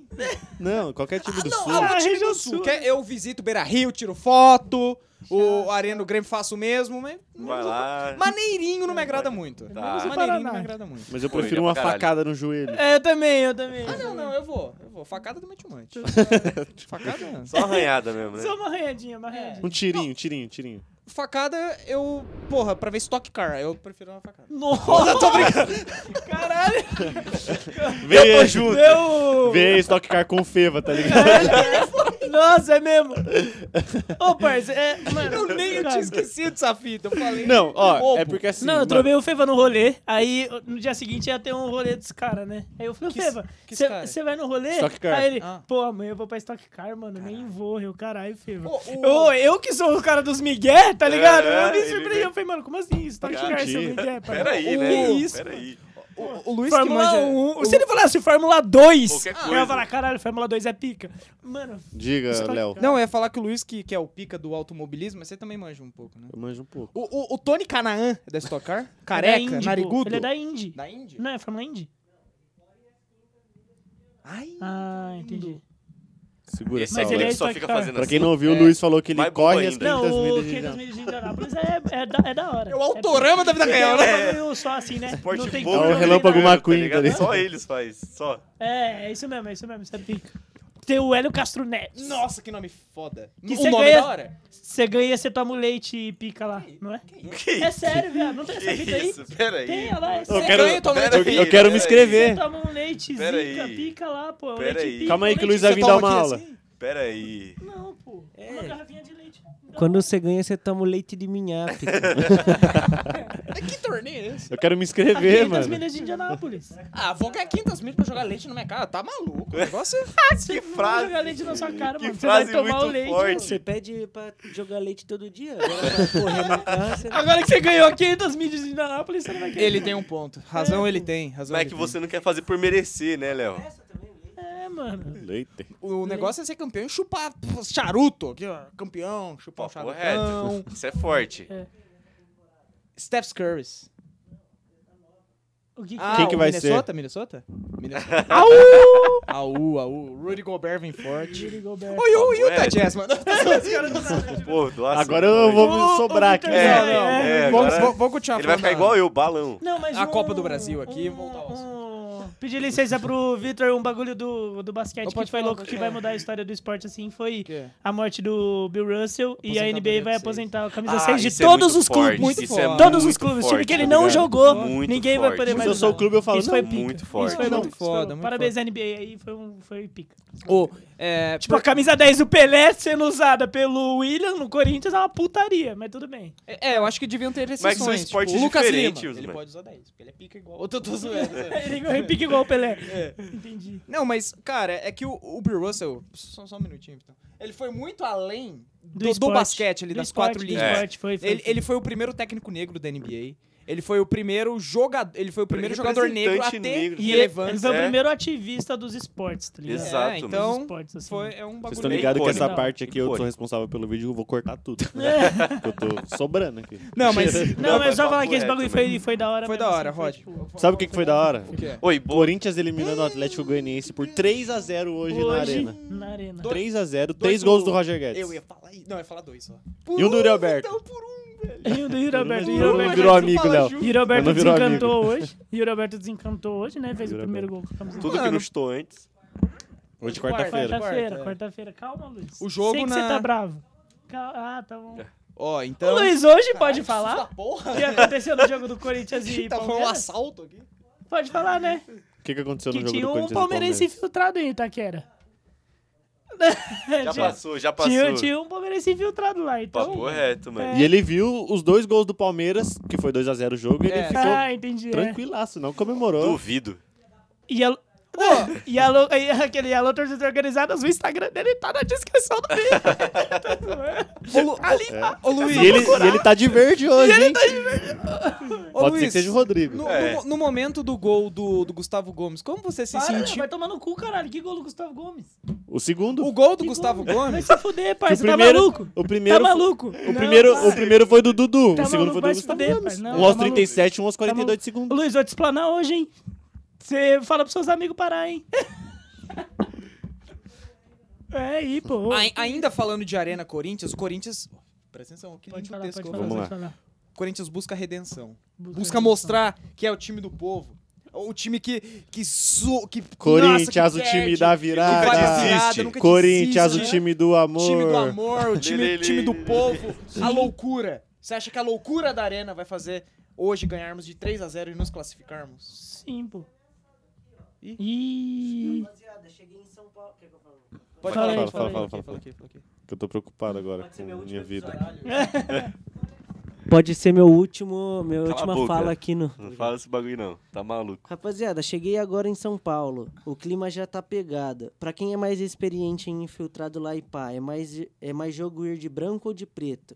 [SPEAKER 2] Não, qualquer time do Sul.
[SPEAKER 4] Ah,
[SPEAKER 3] Ah,
[SPEAKER 4] o time
[SPEAKER 3] região
[SPEAKER 4] do Sul.
[SPEAKER 3] sul.
[SPEAKER 4] Quer- eu visito o Beira Rio, tiro foto. O Arena do Grêmio faço o mesmo. Mas
[SPEAKER 1] Vai lá.
[SPEAKER 4] maneirinho não me agrada muito.
[SPEAKER 1] Tá.
[SPEAKER 4] Maneirinho não
[SPEAKER 3] Paraná.
[SPEAKER 4] me agrada muito.
[SPEAKER 2] Mas eu
[SPEAKER 1] Pô, ele
[SPEAKER 2] prefiro
[SPEAKER 1] é pra
[SPEAKER 2] uma
[SPEAKER 1] caralho.
[SPEAKER 2] facada no joelho.
[SPEAKER 3] É, eu também, eu também.
[SPEAKER 4] Ah, não, não, eu vou. Eu vou. Facada do Mantimante. Facada.
[SPEAKER 1] Só arranhada mesmo,
[SPEAKER 3] Só
[SPEAKER 1] né?
[SPEAKER 3] uma arranhadinha, uma arranhadinha.
[SPEAKER 2] Um tirinho, um tirinho, um tirinho.
[SPEAKER 4] Facada, eu. Porra, pra ver Stock Car, eu prefiro uma facada.
[SPEAKER 3] Nossa, eu tô brincando. Caralho,
[SPEAKER 2] Vem aí, junto.
[SPEAKER 3] meu...
[SPEAKER 2] Vem aí, Stock Car com Feva, tá ligado?
[SPEAKER 3] Nossa, é mesmo. Ô, parça, é... Mano,
[SPEAKER 4] Eu nem eu tinha
[SPEAKER 3] cara.
[SPEAKER 4] esquecido essa fita. Eu falei.
[SPEAKER 2] Não, ó,
[SPEAKER 4] Bobo.
[SPEAKER 2] é porque assim.
[SPEAKER 3] Não, eu
[SPEAKER 2] mano,
[SPEAKER 3] trovei o Feva no rolê, aí no dia seguinte ia ter um rolê dos caras, né? Aí eu falei,
[SPEAKER 4] Que-
[SPEAKER 3] Feva,
[SPEAKER 4] que cara?
[SPEAKER 3] você vai no rolê?
[SPEAKER 2] Stock car.
[SPEAKER 3] Aí ele,
[SPEAKER 4] Ah.
[SPEAKER 3] pô, amanhã eu vou pra Stock Car, mano, nem vou, eu, caralho, Feva.
[SPEAKER 4] Ô, ô,
[SPEAKER 3] Ô, eu que sou o cara dos migué, tá ligado? eu me
[SPEAKER 1] ele
[SPEAKER 3] surpreendi,
[SPEAKER 1] vem-
[SPEAKER 3] eu falei, mano, como assim? Stock
[SPEAKER 1] Cara,
[SPEAKER 3] Car, seu
[SPEAKER 2] tio.
[SPEAKER 3] migué, pai?
[SPEAKER 1] Peraí,
[SPEAKER 4] O
[SPEAKER 1] né?
[SPEAKER 4] que é isso,
[SPEAKER 1] Peraí.
[SPEAKER 4] o, é um, o Luiz que
[SPEAKER 3] Fórmula
[SPEAKER 4] manja.
[SPEAKER 3] 1,
[SPEAKER 4] o-
[SPEAKER 3] se ele falasse Fórmula 2,
[SPEAKER 1] Qualquer
[SPEAKER 3] eu ia
[SPEAKER 1] coisa.
[SPEAKER 3] falar, caralho, Fórmula 2 é pica. Mano, é
[SPEAKER 2] Diga,
[SPEAKER 3] Stock
[SPEAKER 2] Léo.
[SPEAKER 3] Car.
[SPEAKER 4] Não, eu ia falar que o Luiz, que, que é o pica do automobilismo, mas você também manja um pouco, né?
[SPEAKER 2] Eu manjo um pouco.
[SPEAKER 4] O, o, o Tony Canaan é da Stock Car?
[SPEAKER 3] ele é
[SPEAKER 4] Careca,
[SPEAKER 3] Indy, pô,
[SPEAKER 4] narigudo.
[SPEAKER 3] Ele é da Indy.
[SPEAKER 4] Da Indy?
[SPEAKER 3] Não, é Fórmula Indy?
[SPEAKER 1] Ai.
[SPEAKER 3] Ah, entendi.
[SPEAKER 2] Segura
[SPEAKER 1] Esse é
[SPEAKER 2] essa
[SPEAKER 3] Mas
[SPEAKER 2] aula.
[SPEAKER 1] aquele
[SPEAKER 3] ele
[SPEAKER 1] que
[SPEAKER 3] é
[SPEAKER 1] só
[SPEAKER 3] isso
[SPEAKER 1] fica
[SPEAKER 3] que tá-
[SPEAKER 1] fazendo
[SPEAKER 2] Pra
[SPEAKER 1] assim.
[SPEAKER 2] quem não viu, o
[SPEAKER 1] É.
[SPEAKER 2] Luiz falou que ele
[SPEAKER 1] Vai
[SPEAKER 2] corre
[SPEAKER 1] boa
[SPEAKER 2] as
[SPEAKER 1] ainda.
[SPEAKER 2] 500
[SPEAKER 3] Não, o
[SPEAKER 2] milhas. de
[SPEAKER 3] 500
[SPEAKER 2] Indiana.
[SPEAKER 3] milhas de Indianápolis é, é, da, é da hora.
[SPEAKER 4] É o autorama da vida real, né?
[SPEAKER 3] É meio só assim, né?
[SPEAKER 1] Esporte
[SPEAKER 3] não tem
[SPEAKER 1] bobo,
[SPEAKER 2] É o
[SPEAKER 3] como, não tem
[SPEAKER 2] relâmpago
[SPEAKER 3] nada.
[SPEAKER 1] tá
[SPEAKER 2] McQueen, tá
[SPEAKER 1] ligado?
[SPEAKER 2] ligado?
[SPEAKER 1] Só eles faz, só.
[SPEAKER 3] É, é isso mesmo, é isso mesmo, isso é pica. Tem o Hélio Castro Neto.
[SPEAKER 4] Nossa, que nome foda.
[SPEAKER 3] Que
[SPEAKER 4] o
[SPEAKER 3] cê
[SPEAKER 4] nome
[SPEAKER 3] ganha-
[SPEAKER 4] da hora?
[SPEAKER 3] Você ganha, você toma o leite e pica lá, não é?
[SPEAKER 1] Que
[SPEAKER 3] É
[SPEAKER 1] isso?
[SPEAKER 3] sério, viado. Não tem essa vida aí?
[SPEAKER 1] Isso, peraí.
[SPEAKER 3] Tem, olha lá, é
[SPEAKER 2] Eu
[SPEAKER 3] sério.
[SPEAKER 2] quero-
[SPEAKER 4] ganha, toma
[SPEAKER 1] Pera
[SPEAKER 2] Eu,
[SPEAKER 1] aí,
[SPEAKER 2] eu quero me
[SPEAKER 1] pera aí.
[SPEAKER 3] Você
[SPEAKER 2] inscrever.
[SPEAKER 3] toma um leite,
[SPEAKER 1] Pera
[SPEAKER 3] zica,
[SPEAKER 1] aí.
[SPEAKER 3] pica lá, pô. o
[SPEAKER 1] Pera
[SPEAKER 3] leite
[SPEAKER 1] aí.
[SPEAKER 3] pica,
[SPEAKER 2] Calma aí
[SPEAKER 3] o
[SPEAKER 2] que o Luiz vai
[SPEAKER 3] leite
[SPEAKER 4] Cê
[SPEAKER 2] vir
[SPEAKER 4] toma
[SPEAKER 2] dar uma
[SPEAKER 4] aqui
[SPEAKER 2] aula.
[SPEAKER 4] assim?
[SPEAKER 1] Pera aí.
[SPEAKER 3] pica. Não, pô. É uma garrafinha de leite.
[SPEAKER 5] Quando você ganha, você toma o leite de minhaca.
[SPEAKER 4] É que torneio é esse?
[SPEAKER 2] Eu quero me
[SPEAKER 3] A
[SPEAKER 2] inscrever,
[SPEAKER 3] 500
[SPEAKER 2] mano.
[SPEAKER 3] milhas de Indianápolis.
[SPEAKER 4] Ah, vou ganhar 500 mil pra jogar leite na minha cara. Tá maluco? O negócio é...
[SPEAKER 3] Você não
[SPEAKER 1] frase.
[SPEAKER 3] vai jogar leite na sua cara,
[SPEAKER 1] Que
[SPEAKER 3] mano. Você vai
[SPEAKER 1] frase
[SPEAKER 3] tomar
[SPEAKER 1] muito
[SPEAKER 3] o leite.
[SPEAKER 1] forte.
[SPEAKER 5] Você pede pra jogar leite todo dia. Agora pra correr no carro, você
[SPEAKER 3] Agora que você ganhou 500 milhas de Indianápolis, você não vai querer.
[SPEAKER 4] Ele tem um ponto. Razão ele tem. Razão
[SPEAKER 1] Mas é
[SPEAKER 4] ele
[SPEAKER 1] que
[SPEAKER 4] tem.
[SPEAKER 1] você não quer fazer por merecer, né, Léo?
[SPEAKER 3] É, mano.
[SPEAKER 2] Leite.
[SPEAKER 4] O negócio é ser campeão e chupar pô, charuto. Aqui, ó, campeão, chupar o
[SPEAKER 3] um
[SPEAKER 4] charutão.
[SPEAKER 1] Correto. Isso é forte.
[SPEAKER 4] Steph Curry.
[SPEAKER 3] O que é que...
[SPEAKER 4] Ah,
[SPEAKER 2] Quem que
[SPEAKER 4] o
[SPEAKER 2] vai ser?
[SPEAKER 4] Minnesota, Minnesota? Minnesota. Aú! Aú, aú. Rudy Gobert vem forte.
[SPEAKER 3] Rudy Gobert.
[SPEAKER 4] Oi, oi, e o
[SPEAKER 1] Correto.
[SPEAKER 4] Tajaz, mano?
[SPEAKER 3] É.
[SPEAKER 1] Pô, nossa,
[SPEAKER 2] Agora eu
[SPEAKER 1] mano.
[SPEAKER 2] vou
[SPEAKER 3] Ô,
[SPEAKER 2] me
[SPEAKER 3] ô,
[SPEAKER 2] sobrar aqui.
[SPEAKER 3] Vitor,
[SPEAKER 1] É,
[SPEAKER 2] né?
[SPEAKER 3] não, não.
[SPEAKER 1] é,
[SPEAKER 4] Vamos,
[SPEAKER 1] agora-
[SPEAKER 4] vamos- vamos continuar
[SPEAKER 1] Ele vai ficar
[SPEAKER 4] falando da-
[SPEAKER 1] igual eu, balão.
[SPEAKER 3] Não, mas
[SPEAKER 4] A
[SPEAKER 3] um-
[SPEAKER 4] Copa do Brasil aqui,
[SPEAKER 3] um-
[SPEAKER 4] voltar ao
[SPEAKER 3] um- Pedir licença pro Vitor, um bagulho do, do basquete
[SPEAKER 4] Não
[SPEAKER 3] que
[SPEAKER 4] pode
[SPEAKER 3] foi
[SPEAKER 4] falar,
[SPEAKER 3] louco,
[SPEAKER 4] pode
[SPEAKER 3] que
[SPEAKER 4] falar.
[SPEAKER 3] vai mudar a história do esporte, assim, foi
[SPEAKER 4] quê?
[SPEAKER 3] a morte do Bill Russell e a
[SPEAKER 4] Aposentadoria
[SPEAKER 3] NBA vai
[SPEAKER 4] de seis.
[SPEAKER 3] aposentar a camisa
[SPEAKER 1] Ah,
[SPEAKER 3] 6 de
[SPEAKER 1] isso é
[SPEAKER 3] todos
[SPEAKER 1] muito
[SPEAKER 3] os clubes.
[SPEAKER 1] forte,
[SPEAKER 4] muito
[SPEAKER 1] isso é
[SPEAKER 4] forte.
[SPEAKER 3] Todos os
[SPEAKER 1] muito
[SPEAKER 3] clubes.
[SPEAKER 1] forte,
[SPEAKER 3] time que ele
[SPEAKER 1] tá
[SPEAKER 3] não
[SPEAKER 1] ligado?
[SPEAKER 3] jogou,
[SPEAKER 1] Muito
[SPEAKER 3] ninguém vai
[SPEAKER 1] forte.
[SPEAKER 3] poder mais
[SPEAKER 2] Mas eu sou
[SPEAKER 3] usar.
[SPEAKER 2] o clube, eu falo,
[SPEAKER 3] Isso
[SPEAKER 2] não,
[SPEAKER 3] foi pica.
[SPEAKER 1] muito
[SPEAKER 3] Isso
[SPEAKER 1] forte.
[SPEAKER 3] foi
[SPEAKER 4] Muito
[SPEAKER 3] louco, isso foi
[SPEAKER 4] foda,
[SPEAKER 3] louco.
[SPEAKER 4] muito
[SPEAKER 3] Parabéns, NBA aí, foi, um, foi pica.
[SPEAKER 4] Ô, é,
[SPEAKER 3] Tipo, a camisa 10 do Pelé sendo usada pelo William no Corinthians é uma putaria, mas tudo bem.
[SPEAKER 4] É, eu acho que deviam ter
[SPEAKER 1] são
[SPEAKER 4] exceções.
[SPEAKER 1] esportes
[SPEAKER 4] tipo, o Lucas
[SPEAKER 1] diferentes,
[SPEAKER 4] Lima,
[SPEAKER 1] mano.
[SPEAKER 4] Ele pode usar 10, porque ele é pica igual. Eu tô, tô zoando.
[SPEAKER 3] Ele ganhou pica igual o Pelé.
[SPEAKER 4] É.
[SPEAKER 3] Entendi.
[SPEAKER 4] Não, mas, cara, é que o, o Bill Russell... Só, só um minutinho, então. Ele foi muito além do, do
[SPEAKER 3] esporte.
[SPEAKER 4] basquete ali,
[SPEAKER 3] Do
[SPEAKER 4] das
[SPEAKER 3] esporte,
[SPEAKER 4] quatro
[SPEAKER 3] do
[SPEAKER 4] linhas.
[SPEAKER 3] esporte, foi,
[SPEAKER 1] É.
[SPEAKER 3] foi,
[SPEAKER 4] Ele,
[SPEAKER 3] foi.
[SPEAKER 4] ele foi o primeiro técnico negro da NBA. Ele foi o primeiro jogador. Ele foi o primeiro jogador negro a ter
[SPEAKER 1] Representante negro.
[SPEAKER 3] E ele, ele
[SPEAKER 4] relevância.
[SPEAKER 3] foi o
[SPEAKER 1] é.
[SPEAKER 3] primeiro ativista dos esportes, tá ligado?
[SPEAKER 1] Exato,
[SPEAKER 4] É,
[SPEAKER 1] mano.
[SPEAKER 3] Dos
[SPEAKER 4] então
[SPEAKER 3] esportes, assim.
[SPEAKER 4] foi é um bagulho.
[SPEAKER 2] Vocês estão
[SPEAKER 1] É
[SPEAKER 2] ligados que essa
[SPEAKER 3] icônico.
[SPEAKER 2] parte aqui eu sou
[SPEAKER 1] Icônico.
[SPEAKER 2] responsável pelo vídeo, eu vou cortar tudo.
[SPEAKER 3] É.
[SPEAKER 2] Eu tô sobrando aqui.
[SPEAKER 1] é
[SPEAKER 4] Não, mas
[SPEAKER 3] Não, mas só
[SPEAKER 1] papo
[SPEAKER 3] falar que esse
[SPEAKER 1] reto,
[SPEAKER 3] bagulho
[SPEAKER 1] velho.
[SPEAKER 3] foi, foi da hora.
[SPEAKER 4] foi
[SPEAKER 3] mesmo,
[SPEAKER 4] da hora,
[SPEAKER 3] assim, foi,
[SPEAKER 4] Rod.
[SPEAKER 3] tipo,
[SPEAKER 2] Sabe o que, que foi da hora?
[SPEAKER 4] O quê?
[SPEAKER 1] Oi, boa.
[SPEAKER 2] Corinthians eliminando o Atlético Goianiense por 3x0 hoje, na
[SPEAKER 3] Hoje,
[SPEAKER 2] Arena.
[SPEAKER 3] na arena.
[SPEAKER 2] 3x0,
[SPEAKER 4] Dois
[SPEAKER 2] 3 gols
[SPEAKER 4] do-
[SPEAKER 2] do Roger Guedes.
[SPEAKER 4] Eu ia falar isso. Não, eu ia falar dois só.
[SPEAKER 2] E um do Yuri Alberto.
[SPEAKER 4] Então, por um, velho.
[SPEAKER 3] E o do Yuri Alberto.
[SPEAKER 2] Todo
[SPEAKER 3] Yuri
[SPEAKER 2] mundo
[SPEAKER 3] Alberto-
[SPEAKER 2] virou
[SPEAKER 4] Fala
[SPEAKER 2] amigo, Léo.
[SPEAKER 4] junto.
[SPEAKER 3] Yuri Alberto
[SPEAKER 2] Mas não virou
[SPEAKER 3] desencantou hoje. Yuri Alberto desencantou hoje, né? Fez o
[SPEAKER 2] Yuri
[SPEAKER 3] primeiro gol com a camisa.
[SPEAKER 1] Tudo que
[SPEAKER 4] Mano.
[SPEAKER 1] não chutou antes.
[SPEAKER 2] Hoje,
[SPEAKER 4] quarta-feira.
[SPEAKER 2] quarta-feira.
[SPEAKER 4] quarta,
[SPEAKER 3] Quarta-feira,
[SPEAKER 4] é.
[SPEAKER 3] quarta-feira. Calma, Luiz.
[SPEAKER 4] O jogo
[SPEAKER 3] Sei que
[SPEAKER 4] na-
[SPEAKER 3] você tá bravo. Cal- Ah, tá bom.
[SPEAKER 4] Ó,
[SPEAKER 3] O
[SPEAKER 4] então.
[SPEAKER 3] Luiz hoje pode
[SPEAKER 4] Caralho, que susto
[SPEAKER 3] falar
[SPEAKER 4] da Porra.
[SPEAKER 3] o que aconteceu no jogo do Corinthians e
[SPEAKER 4] Tá foi um
[SPEAKER 3] Palmeiras?
[SPEAKER 4] assalto aqui.
[SPEAKER 3] Pode falar, né?
[SPEAKER 2] O que, que aconteceu no
[SPEAKER 3] Que
[SPEAKER 2] jogo do
[SPEAKER 3] tinha um
[SPEAKER 2] Corinthians? e
[SPEAKER 3] palmeirense infiltrado em Itaquera.
[SPEAKER 1] Já
[SPEAKER 3] Tinha-
[SPEAKER 1] passou, já passou.
[SPEAKER 3] Tinha, tinha um palmeirense infiltrado lá, então...
[SPEAKER 1] Papo é reto, mano.
[SPEAKER 2] E ele viu os dois gols do Palmeiras, que foi 2x0 o jogo, e ele
[SPEAKER 4] É.
[SPEAKER 2] ficou
[SPEAKER 3] Ah, entendi. é.
[SPEAKER 2] tranquilaço, não comemorou.
[SPEAKER 1] é Duvido.
[SPEAKER 3] E a... e a lo- e aquele alô torcida organizada, o Instagram dele tá na descrição do vídeo.
[SPEAKER 4] Ô, Lu-
[SPEAKER 3] Ali, lá.
[SPEAKER 4] ô, Luiz.
[SPEAKER 2] É. E ele, e ele tá de verde hoje, hein?
[SPEAKER 4] ô,
[SPEAKER 2] Pode ser
[SPEAKER 4] Luiz,
[SPEAKER 2] que seja o Rodrigo.
[SPEAKER 4] No,
[SPEAKER 1] É.
[SPEAKER 4] no- no momento do gol do, do Gustavo Gomes, como você se
[SPEAKER 3] Para,
[SPEAKER 4] sentiu?
[SPEAKER 3] vai tomar no cu, caralho. Que gol do Gustavo Gomes?
[SPEAKER 2] O segundo.
[SPEAKER 4] O gol do
[SPEAKER 3] Que
[SPEAKER 4] Gustavo
[SPEAKER 3] gol? Vai
[SPEAKER 4] Gomes.
[SPEAKER 3] se fuder,
[SPEAKER 2] que o
[SPEAKER 3] parça. Tá
[SPEAKER 2] primeiro-
[SPEAKER 3] maluco?
[SPEAKER 2] O primeiro,
[SPEAKER 3] Tá maluco?
[SPEAKER 2] O primeiro, o primeiro foi do Dudu,
[SPEAKER 3] Tá
[SPEAKER 2] o segundo
[SPEAKER 3] maluco,
[SPEAKER 2] foi do
[SPEAKER 3] vai se
[SPEAKER 2] Gustavo
[SPEAKER 3] fuder,
[SPEAKER 2] Gomes.
[SPEAKER 3] pai. Não,
[SPEAKER 2] um aos
[SPEAKER 3] tá maluco.
[SPEAKER 2] 37, um aos 42 de
[SPEAKER 3] Ô,
[SPEAKER 2] segundo.
[SPEAKER 3] Luiz, vou te explanar hoje, hein? Você fala pros seus amigos parar, hein? é aí, pô.
[SPEAKER 4] Ai- ainda falando de Arena Corinthians, o Corinthians. oh, Presta atenção, que
[SPEAKER 3] Pode
[SPEAKER 4] lindo
[SPEAKER 3] falar,
[SPEAKER 4] texto
[SPEAKER 3] pode
[SPEAKER 4] que eu
[SPEAKER 3] falar.
[SPEAKER 4] vou fazer.
[SPEAKER 3] pode
[SPEAKER 2] Vamos
[SPEAKER 3] falar.
[SPEAKER 4] O Corinthians busca a redenção.
[SPEAKER 3] Busca
[SPEAKER 4] Busca
[SPEAKER 3] redenção.
[SPEAKER 4] mostrar que é o time do povo. O time que. que, su, que
[SPEAKER 2] Corinthians,
[SPEAKER 4] nossa,
[SPEAKER 2] o
[SPEAKER 4] que
[SPEAKER 2] time
[SPEAKER 4] perde,
[SPEAKER 1] nunca
[SPEAKER 2] da virada.
[SPEAKER 4] que faz virada,
[SPEAKER 1] desiste.
[SPEAKER 4] nunca
[SPEAKER 2] Corinthians, o
[SPEAKER 4] desiste,
[SPEAKER 2] time do
[SPEAKER 4] né?
[SPEAKER 2] amor.
[SPEAKER 4] time do amor, o time,
[SPEAKER 1] Lelele.
[SPEAKER 4] time do povo, a loucura. Você acha que a loucura da Arena vai fazer hoje ganharmos de 3 a 0 e nos classificarmos?
[SPEAKER 3] Sim, pô.
[SPEAKER 4] Ih.
[SPEAKER 3] Ih.
[SPEAKER 5] Rapaziada, cheguei em São Paulo. Quer que eu fale?
[SPEAKER 4] Pode
[SPEAKER 3] Fala
[SPEAKER 4] falar,
[SPEAKER 3] aí,
[SPEAKER 4] pode falar,
[SPEAKER 2] fala,
[SPEAKER 4] fala,
[SPEAKER 2] fala,
[SPEAKER 4] aqui, fala aqui, fala aqui.
[SPEAKER 2] Que eu tô preocupado agora com minha vida.
[SPEAKER 5] Pode ser meu último, minha
[SPEAKER 1] Cala a
[SPEAKER 5] última
[SPEAKER 1] boca.
[SPEAKER 5] fala aqui no.
[SPEAKER 1] Não fala esse bagulho, não. Tá maluco.
[SPEAKER 5] Rapaziada, cheguei agora em São Paulo. O clima já tá pegado. Pra quem é mais experiente em infiltrado lá e pá, é mais, é mais jogo ir de branco ou de preto?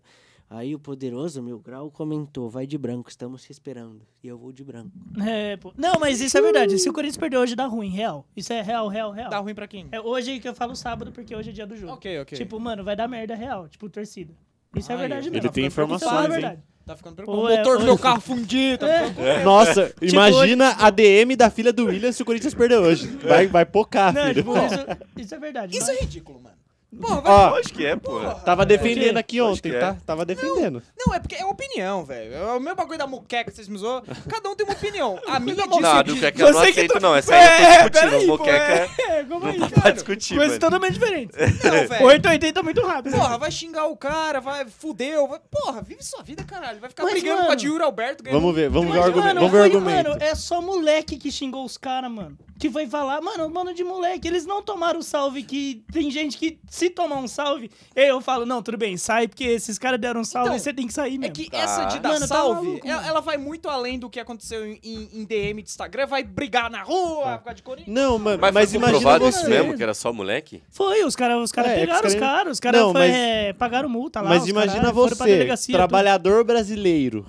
[SPEAKER 5] Aí o poderoso Mil Grau comentou: vai de branco, estamos te esperando. E eu vou de branco.
[SPEAKER 3] É, pô. Não, mas isso é verdade. Se o Corinthians perder hoje, dá ruim, real. Isso é real, real, real.
[SPEAKER 4] Dá ruim pra quem?
[SPEAKER 3] É hoje que eu falo sábado, porque hoje é dia do jogo.
[SPEAKER 4] Ok, ok.
[SPEAKER 3] Tipo, mano, vai dar merda real. Tipo, torcida. Isso é
[SPEAKER 4] Ai,
[SPEAKER 3] verdade
[SPEAKER 4] eu-
[SPEAKER 3] mesmo.
[SPEAKER 2] Ele tem
[SPEAKER 4] Então,
[SPEAKER 3] Então, fala a
[SPEAKER 2] informações, hein?
[SPEAKER 3] verdade.
[SPEAKER 4] Tá ficando preocupado.
[SPEAKER 3] Ou
[SPEAKER 4] O
[SPEAKER 3] é-
[SPEAKER 4] motor do
[SPEAKER 3] ou-
[SPEAKER 4] meu carro fundir, tá ficando
[SPEAKER 2] Nossa, imagina a DM da filha do William se o Corinthians perder hoje. Vai, vai pocar,
[SPEAKER 3] Não,
[SPEAKER 2] filho.
[SPEAKER 3] tipo, isso, isso é verdade.
[SPEAKER 4] Isso é
[SPEAKER 3] mas-
[SPEAKER 4] ridículo, mano. Porra, vai.
[SPEAKER 2] Ó,
[SPEAKER 1] Lógico que é, porra.
[SPEAKER 2] tava defendendo aqui
[SPEAKER 1] Acho
[SPEAKER 2] ontem,
[SPEAKER 1] que é.
[SPEAKER 2] tá? Tava defendendo.
[SPEAKER 4] Não, é porque é opinião, velho. É o mesmo bagulho da muqueca que vocês me zoam. Cada um tem uma opinião. A minha disse...
[SPEAKER 1] Não, a é do
[SPEAKER 4] que é,
[SPEAKER 1] Queca eu não
[SPEAKER 3] Você que
[SPEAKER 1] aceito,
[SPEAKER 3] tu-
[SPEAKER 1] não. Essa aí eu tô
[SPEAKER 3] peraí,
[SPEAKER 1] discutindo. O
[SPEAKER 3] pô,
[SPEAKER 1] Moqueca
[SPEAKER 3] É, como aí,
[SPEAKER 4] tá
[SPEAKER 1] não tá
[SPEAKER 3] cara?
[SPEAKER 1] pode discutir,
[SPEAKER 3] Coisas
[SPEAKER 1] mano.
[SPEAKER 3] é totalmente diferentes.
[SPEAKER 4] Não, velho.
[SPEAKER 3] 880 é muito rápido.
[SPEAKER 4] Porra, vai xingar o cara, vai... Fudeu. Vai... Porra, vive sua vida, caralho. Vai ficar
[SPEAKER 3] Mas,
[SPEAKER 4] brigando
[SPEAKER 3] mano-
[SPEAKER 4] com a Diura Alberto. ganhando-
[SPEAKER 2] Vamos ver, vamos ver o
[SPEAKER 3] Mas,
[SPEAKER 2] argumento.
[SPEAKER 3] mano,
[SPEAKER 2] Vamos ver o
[SPEAKER 3] foi-
[SPEAKER 2] argumento.
[SPEAKER 3] mano, é só moleque que xingou os caras, mano. Que vai falar, mano, mano de moleque, eles não tomaram o salve que tem gente que se tomar um salve, eu falo, não, tudo bem, sai porque esses caras deram um salve,
[SPEAKER 4] Então,
[SPEAKER 3] você tem que sair
[SPEAKER 4] É
[SPEAKER 3] mesmo.
[SPEAKER 4] que
[SPEAKER 1] Tá.
[SPEAKER 4] essa de dar
[SPEAKER 3] Mano, tá
[SPEAKER 4] salve,
[SPEAKER 3] maluco,
[SPEAKER 4] ela,
[SPEAKER 3] mano.
[SPEAKER 4] ela vai muito além do que aconteceu em, em- em DM de Instagram. Vai brigar na rua por causa de
[SPEAKER 3] é-
[SPEAKER 4] Corinthians.
[SPEAKER 2] Não, mano,
[SPEAKER 1] Mas,
[SPEAKER 2] mas,
[SPEAKER 1] mas foi
[SPEAKER 2] imagina
[SPEAKER 1] comprovado isso
[SPEAKER 2] você.
[SPEAKER 1] mesmo, que era só moleque?
[SPEAKER 3] Foi, os caras os cara
[SPEAKER 2] É, é que os
[SPEAKER 3] pegaram os
[SPEAKER 2] cara-
[SPEAKER 3] caras, os caras
[SPEAKER 2] Não,
[SPEAKER 3] foi,
[SPEAKER 2] mas-
[SPEAKER 3] é, pagaram multa lá.
[SPEAKER 2] Mas
[SPEAKER 3] os
[SPEAKER 2] imagina
[SPEAKER 3] caralho, foram pra
[SPEAKER 2] você,
[SPEAKER 3] delegacia,
[SPEAKER 2] trabalhador brasileiro.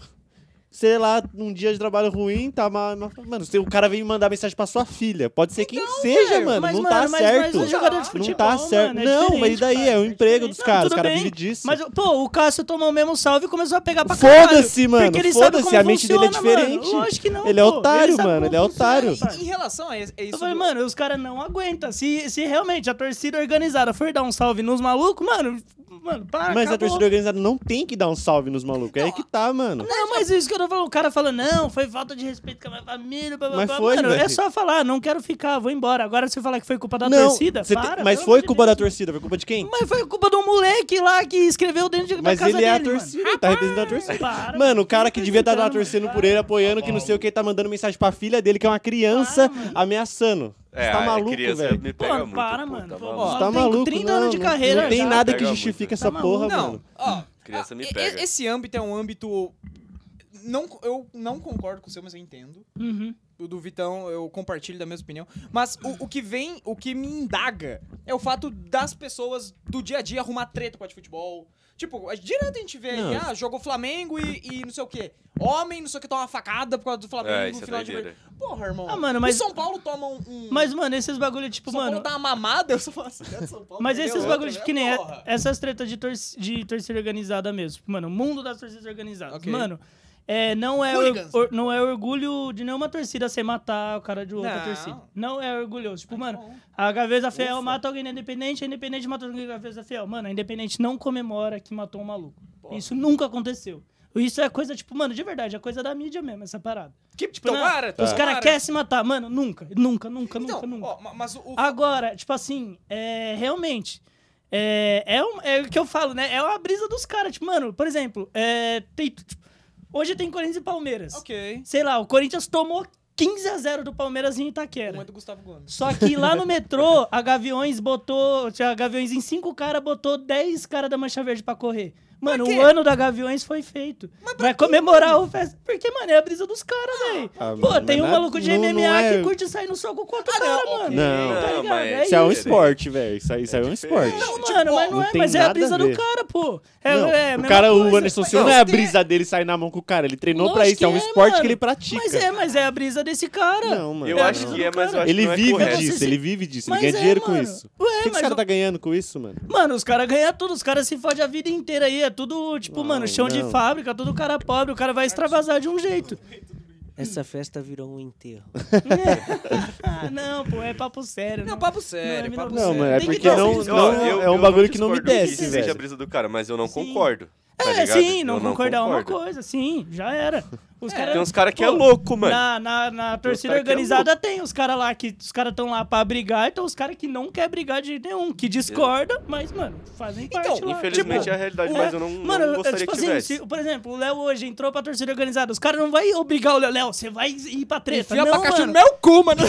[SPEAKER 2] Sei lá, um dia de trabalho ruim, tá mal. mal- Mano, se o cara vem mandar mensagem pra sua filha. Pode ser quem seja,
[SPEAKER 4] velho,
[SPEAKER 2] mano.
[SPEAKER 3] Então, mas,
[SPEAKER 2] não
[SPEAKER 3] mano,
[SPEAKER 2] tá
[SPEAKER 3] mas-
[SPEAKER 2] certo.
[SPEAKER 3] mas o jogador de
[SPEAKER 2] não
[SPEAKER 3] futebol,
[SPEAKER 2] tá
[SPEAKER 3] mano,
[SPEAKER 2] certo.
[SPEAKER 3] é
[SPEAKER 2] não, mas
[SPEAKER 3] diferente,
[SPEAKER 2] e daí?
[SPEAKER 3] cara,
[SPEAKER 2] É o
[SPEAKER 3] é
[SPEAKER 2] emprego dos
[SPEAKER 3] diferente. Não,
[SPEAKER 2] caras. Os
[SPEAKER 3] tudo
[SPEAKER 2] caras
[SPEAKER 3] bem,
[SPEAKER 2] vivem disso.
[SPEAKER 3] Mas, pô, o Cássio tomou o mesmo um salve e começou a pegar pra caralho.
[SPEAKER 2] Foda-se, mano.
[SPEAKER 3] Porque ele sabe
[SPEAKER 2] Foda-se,
[SPEAKER 3] como
[SPEAKER 2] a mente dele é
[SPEAKER 3] funciona, mano.
[SPEAKER 2] diferente.
[SPEAKER 3] Lógico que não,
[SPEAKER 2] ele é
[SPEAKER 3] pô.
[SPEAKER 2] otário,
[SPEAKER 3] sabe
[SPEAKER 2] mano.
[SPEAKER 3] como
[SPEAKER 2] Ele é
[SPEAKER 3] funciona,
[SPEAKER 2] otário.
[SPEAKER 3] cara.
[SPEAKER 4] Em relação a esse- a isso...
[SPEAKER 3] Eu falei,
[SPEAKER 4] do-
[SPEAKER 3] mano, os caras não aguentam. Se, se realmente a torcida organizada for dar um salve nos malucos, mano, mano, para.
[SPEAKER 2] Mas
[SPEAKER 3] acabou.
[SPEAKER 2] a torcida organizada não tem que dar um salve nos malucos. É aí que tá, mano.
[SPEAKER 3] Não, mas isso que eu tô falando, o cara falando, não, foi falta de respeito com a minha família, blá, blá,
[SPEAKER 2] Mas
[SPEAKER 3] blá.
[SPEAKER 2] foi,
[SPEAKER 3] mano,
[SPEAKER 2] velho.
[SPEAKER 3] é só falar, não quero ficar, vou embora. Agora se eu falar que foi culpa da
[SPEAKER 2] Não,
[SPEAKER 3] torcida,
[SPEAKER 2] você tem-
[SPEAKER 3] para,
[SPEAKER 2] mas
[SPEAKER 3] pelo
[SPEAKER 2] foi
[SPEAKER 3] amor de
[SPEAKER 2] culpa da
[SPEAKER 3] Deus.
[SPEAKER 2] torcida. Foi culpa de quem?
[SPEAKER 3] Mas foi culpa de um moleque lá que escreveu dentro de,
[SPEAKER 2] Mas
[SPEAKER 3] da casa
[SPEAKER 2] ele é a
[SPEAKER 3] dele, mano.
[SPEAKER 2] torcida, ele tá representando a torcida.
[SPEAKER 3] Para,
[SPEAKER 2] mano, o
[SPEAKER 3] mano,
[SPEAKER 2] cara
[SPEAKER 3] fica
[SPEAKER 2] que devia estar lá
[SPEAKER 3] representando,
[SPEAKER 2] torcendo
[SPEAKER 3] mano.
[SPEAKER 2] por ele, apoiando, que não sei o que, tá mandando mensagem pra filha dele, que é uma criança, ameaçando. Você
[SPEAKER 1] É,
[SPEAKER 2] tá
[SPEAKER 1] a
[SPEAKER 2] maluco,
[SPEAKER 1] criança
[SPEAKER 2] velho.
[SPEAKER 1] me
[SPEAKER 3] Pô,
[SPEAKER 1] pega muito.
[SPEAKER 3] para,
[SPEAKER 1] pô,
[SPEAKER 3] mano.
[SPEAKER 1] tá
[SPEAKER 3] Pô,
[SPEAKER 1] maluco.
[SPEAKER 4] ó,
[SPEAKER 2] Você tá
[SPEAKER 3] tem
[SPEAKER 2] maluco,
[SPEAKER 3] 30
[SPEAKER 2] não,
[SPEAKER 3] anos de
[SPEAKER 2] não-
[SPEAKER 3] carreira
[SPEAKER 2] Não tem
[SPEAKER 3] já.
[SPEAKER 2] nada que
[SPEAKER 1] Pega
[SPEAKER 2] justifique
[SPEAKER 1] muito,
[SPEAKER 2] essa
[SPEAKER 3] velho.
[SPEAKER 2] porra,
[SPEAKER 3] Tá
[SPEAKER 4] Não,
[SPEAKER 2] mano.
[SPEAKER 4] ó.
[SPEAKER 1] Criança
[SPEAKER 4] a-
[SPEAKER 1] me
[SPEAKER 4] e- e-
[SPEAKER 1] pega.
[SPEAKER 4] Esse âmbito é um âmbito. Não, eu não concordo com o seu, mas eu entendo.
[SPEAKER 3] Uhum.
[SPEAKER 4] O do Vitão, eu compartilho da mesma opinião. Mas o, o que vem, o que me indaga é o fato das pessoas do dia a dia arrumar treta com a de futebol. Tipo, a- direto a gente vê aí,
[SPEAKER 2] Não.
[SPEAKER 4] ah, jogou Flamengo e, e não sei o quê. Homem, não sei o que, toma uma facada por causa do Flamengo
[SPEAKER 1] É,
[SPEAKER 4] no
[SPEAKER 1] isso é
[SPEAKER 4] final de.
[SPEAKER 1] doideira.
[SPEAKER 4] Porra, irmão.
[SPEAKER 3] Ah, mano, mas-
[SPEAKER 4] E São Paulo toma um. um-
[SPEAKER 3] Mas, mano, esses bagulho, tipo,
[SPEAKER 4] São Paulo
[SPEAKER 3] mano.
[SPEAKER 4] dá uma mamada, eu só falo assim, né, São Paulo.
[SPEAKER 3] Mas
[SPEAKER 4] perdeu
[SPEAKER 3] esses
[SPEAKER 4] outra,
[SPEAKER 3] bagulhos,
[SPEAKER 4] né?
[SPEAKER 3] tipo, que nem é-
[SPEAKER 4] Porra.
[SPEAKER 3] essas tretas de, torci- de torcida organizada mesmo. Tipo, Mano, o mundo das torcidas organizadas.
[SPEAKER 4] Ok.
[SPEAKER 3] Mano, é, não, é or-
[SPEAKER 4] Hooligans.
[SPEAKER 3] or- não é orgulho de nenhuma torcida ser matar o cara de outra
[SPEAKER 4] Não. Tá
[SPEAKER 3] torcida. Não é orgulhoso. Tipo, mano,
[SPEAKER 4] bom.
[SPEAKER 3] a Gaveza Fiel
[SPEAKER 4] Ufa.
[SPEAKER 3] mata alguém na Independente, a Independente mata alguém na Gaveza Fiel. Mano, a Independente não comemora que matou um maluco. Isso nunca aconteceu. Isso é coisa, tipo, mano, de verdade, é coisa da mídia mesmo, essa parada.
[SPEAKER 4] Que,
[SPEAKER 3] Tipo,
[SPEAKER 4] tipo, tomara,
[SPEAKER 3] não, os caras
[SPEAKER 4] tomara.
[SPEAKER 3] querem se matar. Mano, nunca, nunca, nunca,
[SPEAKER 4] Então,
[SPEAKER 3] nunca, nunca.
[SPEAKER 4] ó, ma- mas o, o-
[SPEAKER 3] Agora, tipo assim, é, realmente. É, é, um- é o que eu falo, né? É uma brisa dos caras. Tipo, mano, por exemplo, é, tem- tipo, hoje tem Corinthians e Palmeiras.
[SPEAKER 4] Ok.
[SPEAKER 3] Sei lá, o Corinthians tomou 15 a 0 do Palmeiras em
[SPEAKER 4] Um é
[SPEAKER 3] Itaquera.
[SPEAKER 4] do Gustavo Gomes.
[SPEAKER 3] Só que lá no metrô, a Gaviões botou. tinha A Gaviões em 5 caras botou 10 caras da Mancha Verde pra correr. Mano,
[SPEAKER 4] quê?
[SPEAKER 3] o ano da Gaviões foi feito. Vai comemorar o festa. Porque, mano, é a brisa dos caras, velho.
[SPEAKER 2] Ah,
[SPEAKER 3] Pô,
[SPEAKER 2] mano,
[SPEAKER 3] tem
[SPEAKER 2] mas
[SPEAKER 3] um
[SPEAKER 2] na-
[SPEAKER 3] maluco de
[SPEAKER 2] não-
[SPEAKER 3] MMA
[SPEAKER 2] não é-
[SPEAKER 3] que curte sair no soco com outro
[SPEAKER 4] Ah, não,
[SPEAKER 3] cara,
[SPEAKER 4] ok.
[SPEAKER 3] mano.
[SPEAKER 2] Não,
[SPEAKER 3] tá ligado?
[SPEAKER 1] mas
[SPEAKER 3] É
[SPEAKER 2] Isso é um
[SPEAKER 1] diferente.
[SPEAKER 2] esporte, velho. Isso aí, isso aí é um
[SPEAKER 1] diferente.
[SPEAKER 2] esporte.
[SPEAKER 1] Não,
[SPEAKER 3] Não, mano, mas não
[SPEAKER 2] Não
[SPEAKER 3] é,
[SPEAKER 2] tem
[SPEAKER 3] mas é a
[SPEAKER 2] nada
[SPEAKER 3] brisa
[SPEAKER 2] a
[SPEAKER 3] do
[SPEAKER 2] ver.
[SPEAKER 3] cara, pô. É,
[SPEAKER 2] Não,
[SPEAKER 3] é a
[SPEAKER 2] o
[SPEAKER 3] mesma
[SPEAKER 2] cara, o
[SPEAKER 3] coisa.
[SPEAKER 2] Anderson Silva não é a brisa dele sair na mão com o cara. Ele treinou pra
[SPEAKER 3] Lógico
[SPEAKER 2] isso, é um
[SPEAKER 3] que é,
[SPEAKER 2] esporte
[SPEAKER 3] mano.
[SPEAKER 2] que ele pratica.
[SPEAKER 3] Mas é, mas é a brisa desse cara.
[SPEAKER 2] Não, mano.
[SPEAKER 1] Eu
[SPEAKER 2] não.
[SPEAKER 1] acho que é, mas eu acho
[SPEAKER 2] Ele
[SPEAKER 1] que não é
[SPEAKER 2] vive
[SPEAKER 1] correto.
[SPEAKER 2] disso,
[SPEAKER 3] Esse-
[SPEAKER 2] ele vive disso, ele
[SPEAKER 3] Mas
[SPEAKER 2] ganha
[SPEAKER 3] é,
[SPEAKER 2] dinheiro com
[SPEAKER 3] mano.
[SPEAKER 2] isso.
[SPEAKER 3] Ué,
[SPEAKER 2] O que que os
[SPEAKER 3] mas
[SPEAKER 2] caras
[SPEAKER 3] o-
[SPEAKER 2] tá ganhando com isso, mano?
[SPEAKER 3] Mano, os caras ganham tudo, os caras se fodem a vida inteira aí. É tudo, tipo,
[SPEAKER 2] Não,
[SPEAKER 3] mano, chão
[SPEAKER 2] não.
[SPEAKER 3] de fábrica, tudo cara pobre, o cara vai extravasar de um jeito.
[SPEAKER 5] Essa festa virou um enterro.
[SPEAKER 3] ah, não, pô, é papo sério.
[SPEAKER 4] Não,
[SPEAKER 3] Não,
[SPEAKER 4] papo sério,
[SPEAKER 3] Não, é
[SPEAKER 4] papo
[SPEAKER 3] minor-
[SPEAKER 2] Não,
[SPEAKER 4] sério.
[SPEAKER 2] mano, é
[SPEAKER 3] Tem que
[SPEAKER 2] porque
[SPEAKER 3] dar
[SPEAKER 2] não,
[SPEAKER 3] esse-
[SPEAKER 2] não-
[SPEAKER 1] Ó, eu-
[SPEAKER 2] é um
[SPEAKER 1] eu
[SPEAKER 2] bagulho que não me
[SPEAKER 1] discordo
[SPEAKER 2] desce,
[SPEAKER 1] Que seja a
[SPEAKER 2] velho.
[SPEAKER 1] brisa do cara, mas eu não
[SPEAKER 3] Sim.
[SPEAKER 1] concordo. tá
[SPEAKER 3] é,
[SPEAKER 1] ligado?
[SPEAKER 3] sim,
[SPEAKER 1] Eu
[SPEAKER 3] não concordar é uma
[SPEAKER 1] concordo.
[SPEAKER 3] coisa, sim, já era. Os
[SPEAKER 4] É,
[SPEAKER 3] cara-
[SPEAKER 1] Tem uns caras que é
[SPEAKER 3] Pô,
[SPEAKER 1] louco, mano.
[SPEAKER 3] Na, na, na torcida
[SPEAKER 1] cara que é
[SPEAKER 3] organizada tem os caras lá que os caras estão lá pra brigar, então os caras que não quer brigar de jeito nenhum, que discorda, mas, mano, fazem
[SPEAKER 4] Então,
[SPEAKER 3] parte lá.
[SPEAKER 1] Infelizmente
[SPEAKER 3] tipo,
[SPEAKER 1] é a realidade,
[SPEAKER 3] o-
[SPEAKER 1] mas eu não, não
[SPEAKER 3] Mano, eu-
[SPEAKER 1] gostaria
[SPEAKER 3] tipo
[SPEAKER 1] que
[SPEAKER 3] assim,
[SPEAKER 1] tivesse.
[SPEAKER 3] se- por exemplo, o Léo hoje entrou pra torcida organizada. Os caras não vai obrigar o Léo, Léo, você vai ir pra treta.
[SPEAKER 4] Enfia
[SPEAKER 3] não,
[SPEAKER 4] pra caixa no
[SPEAKER 3] mano.
[SPEAKER 4] meu cu, mano.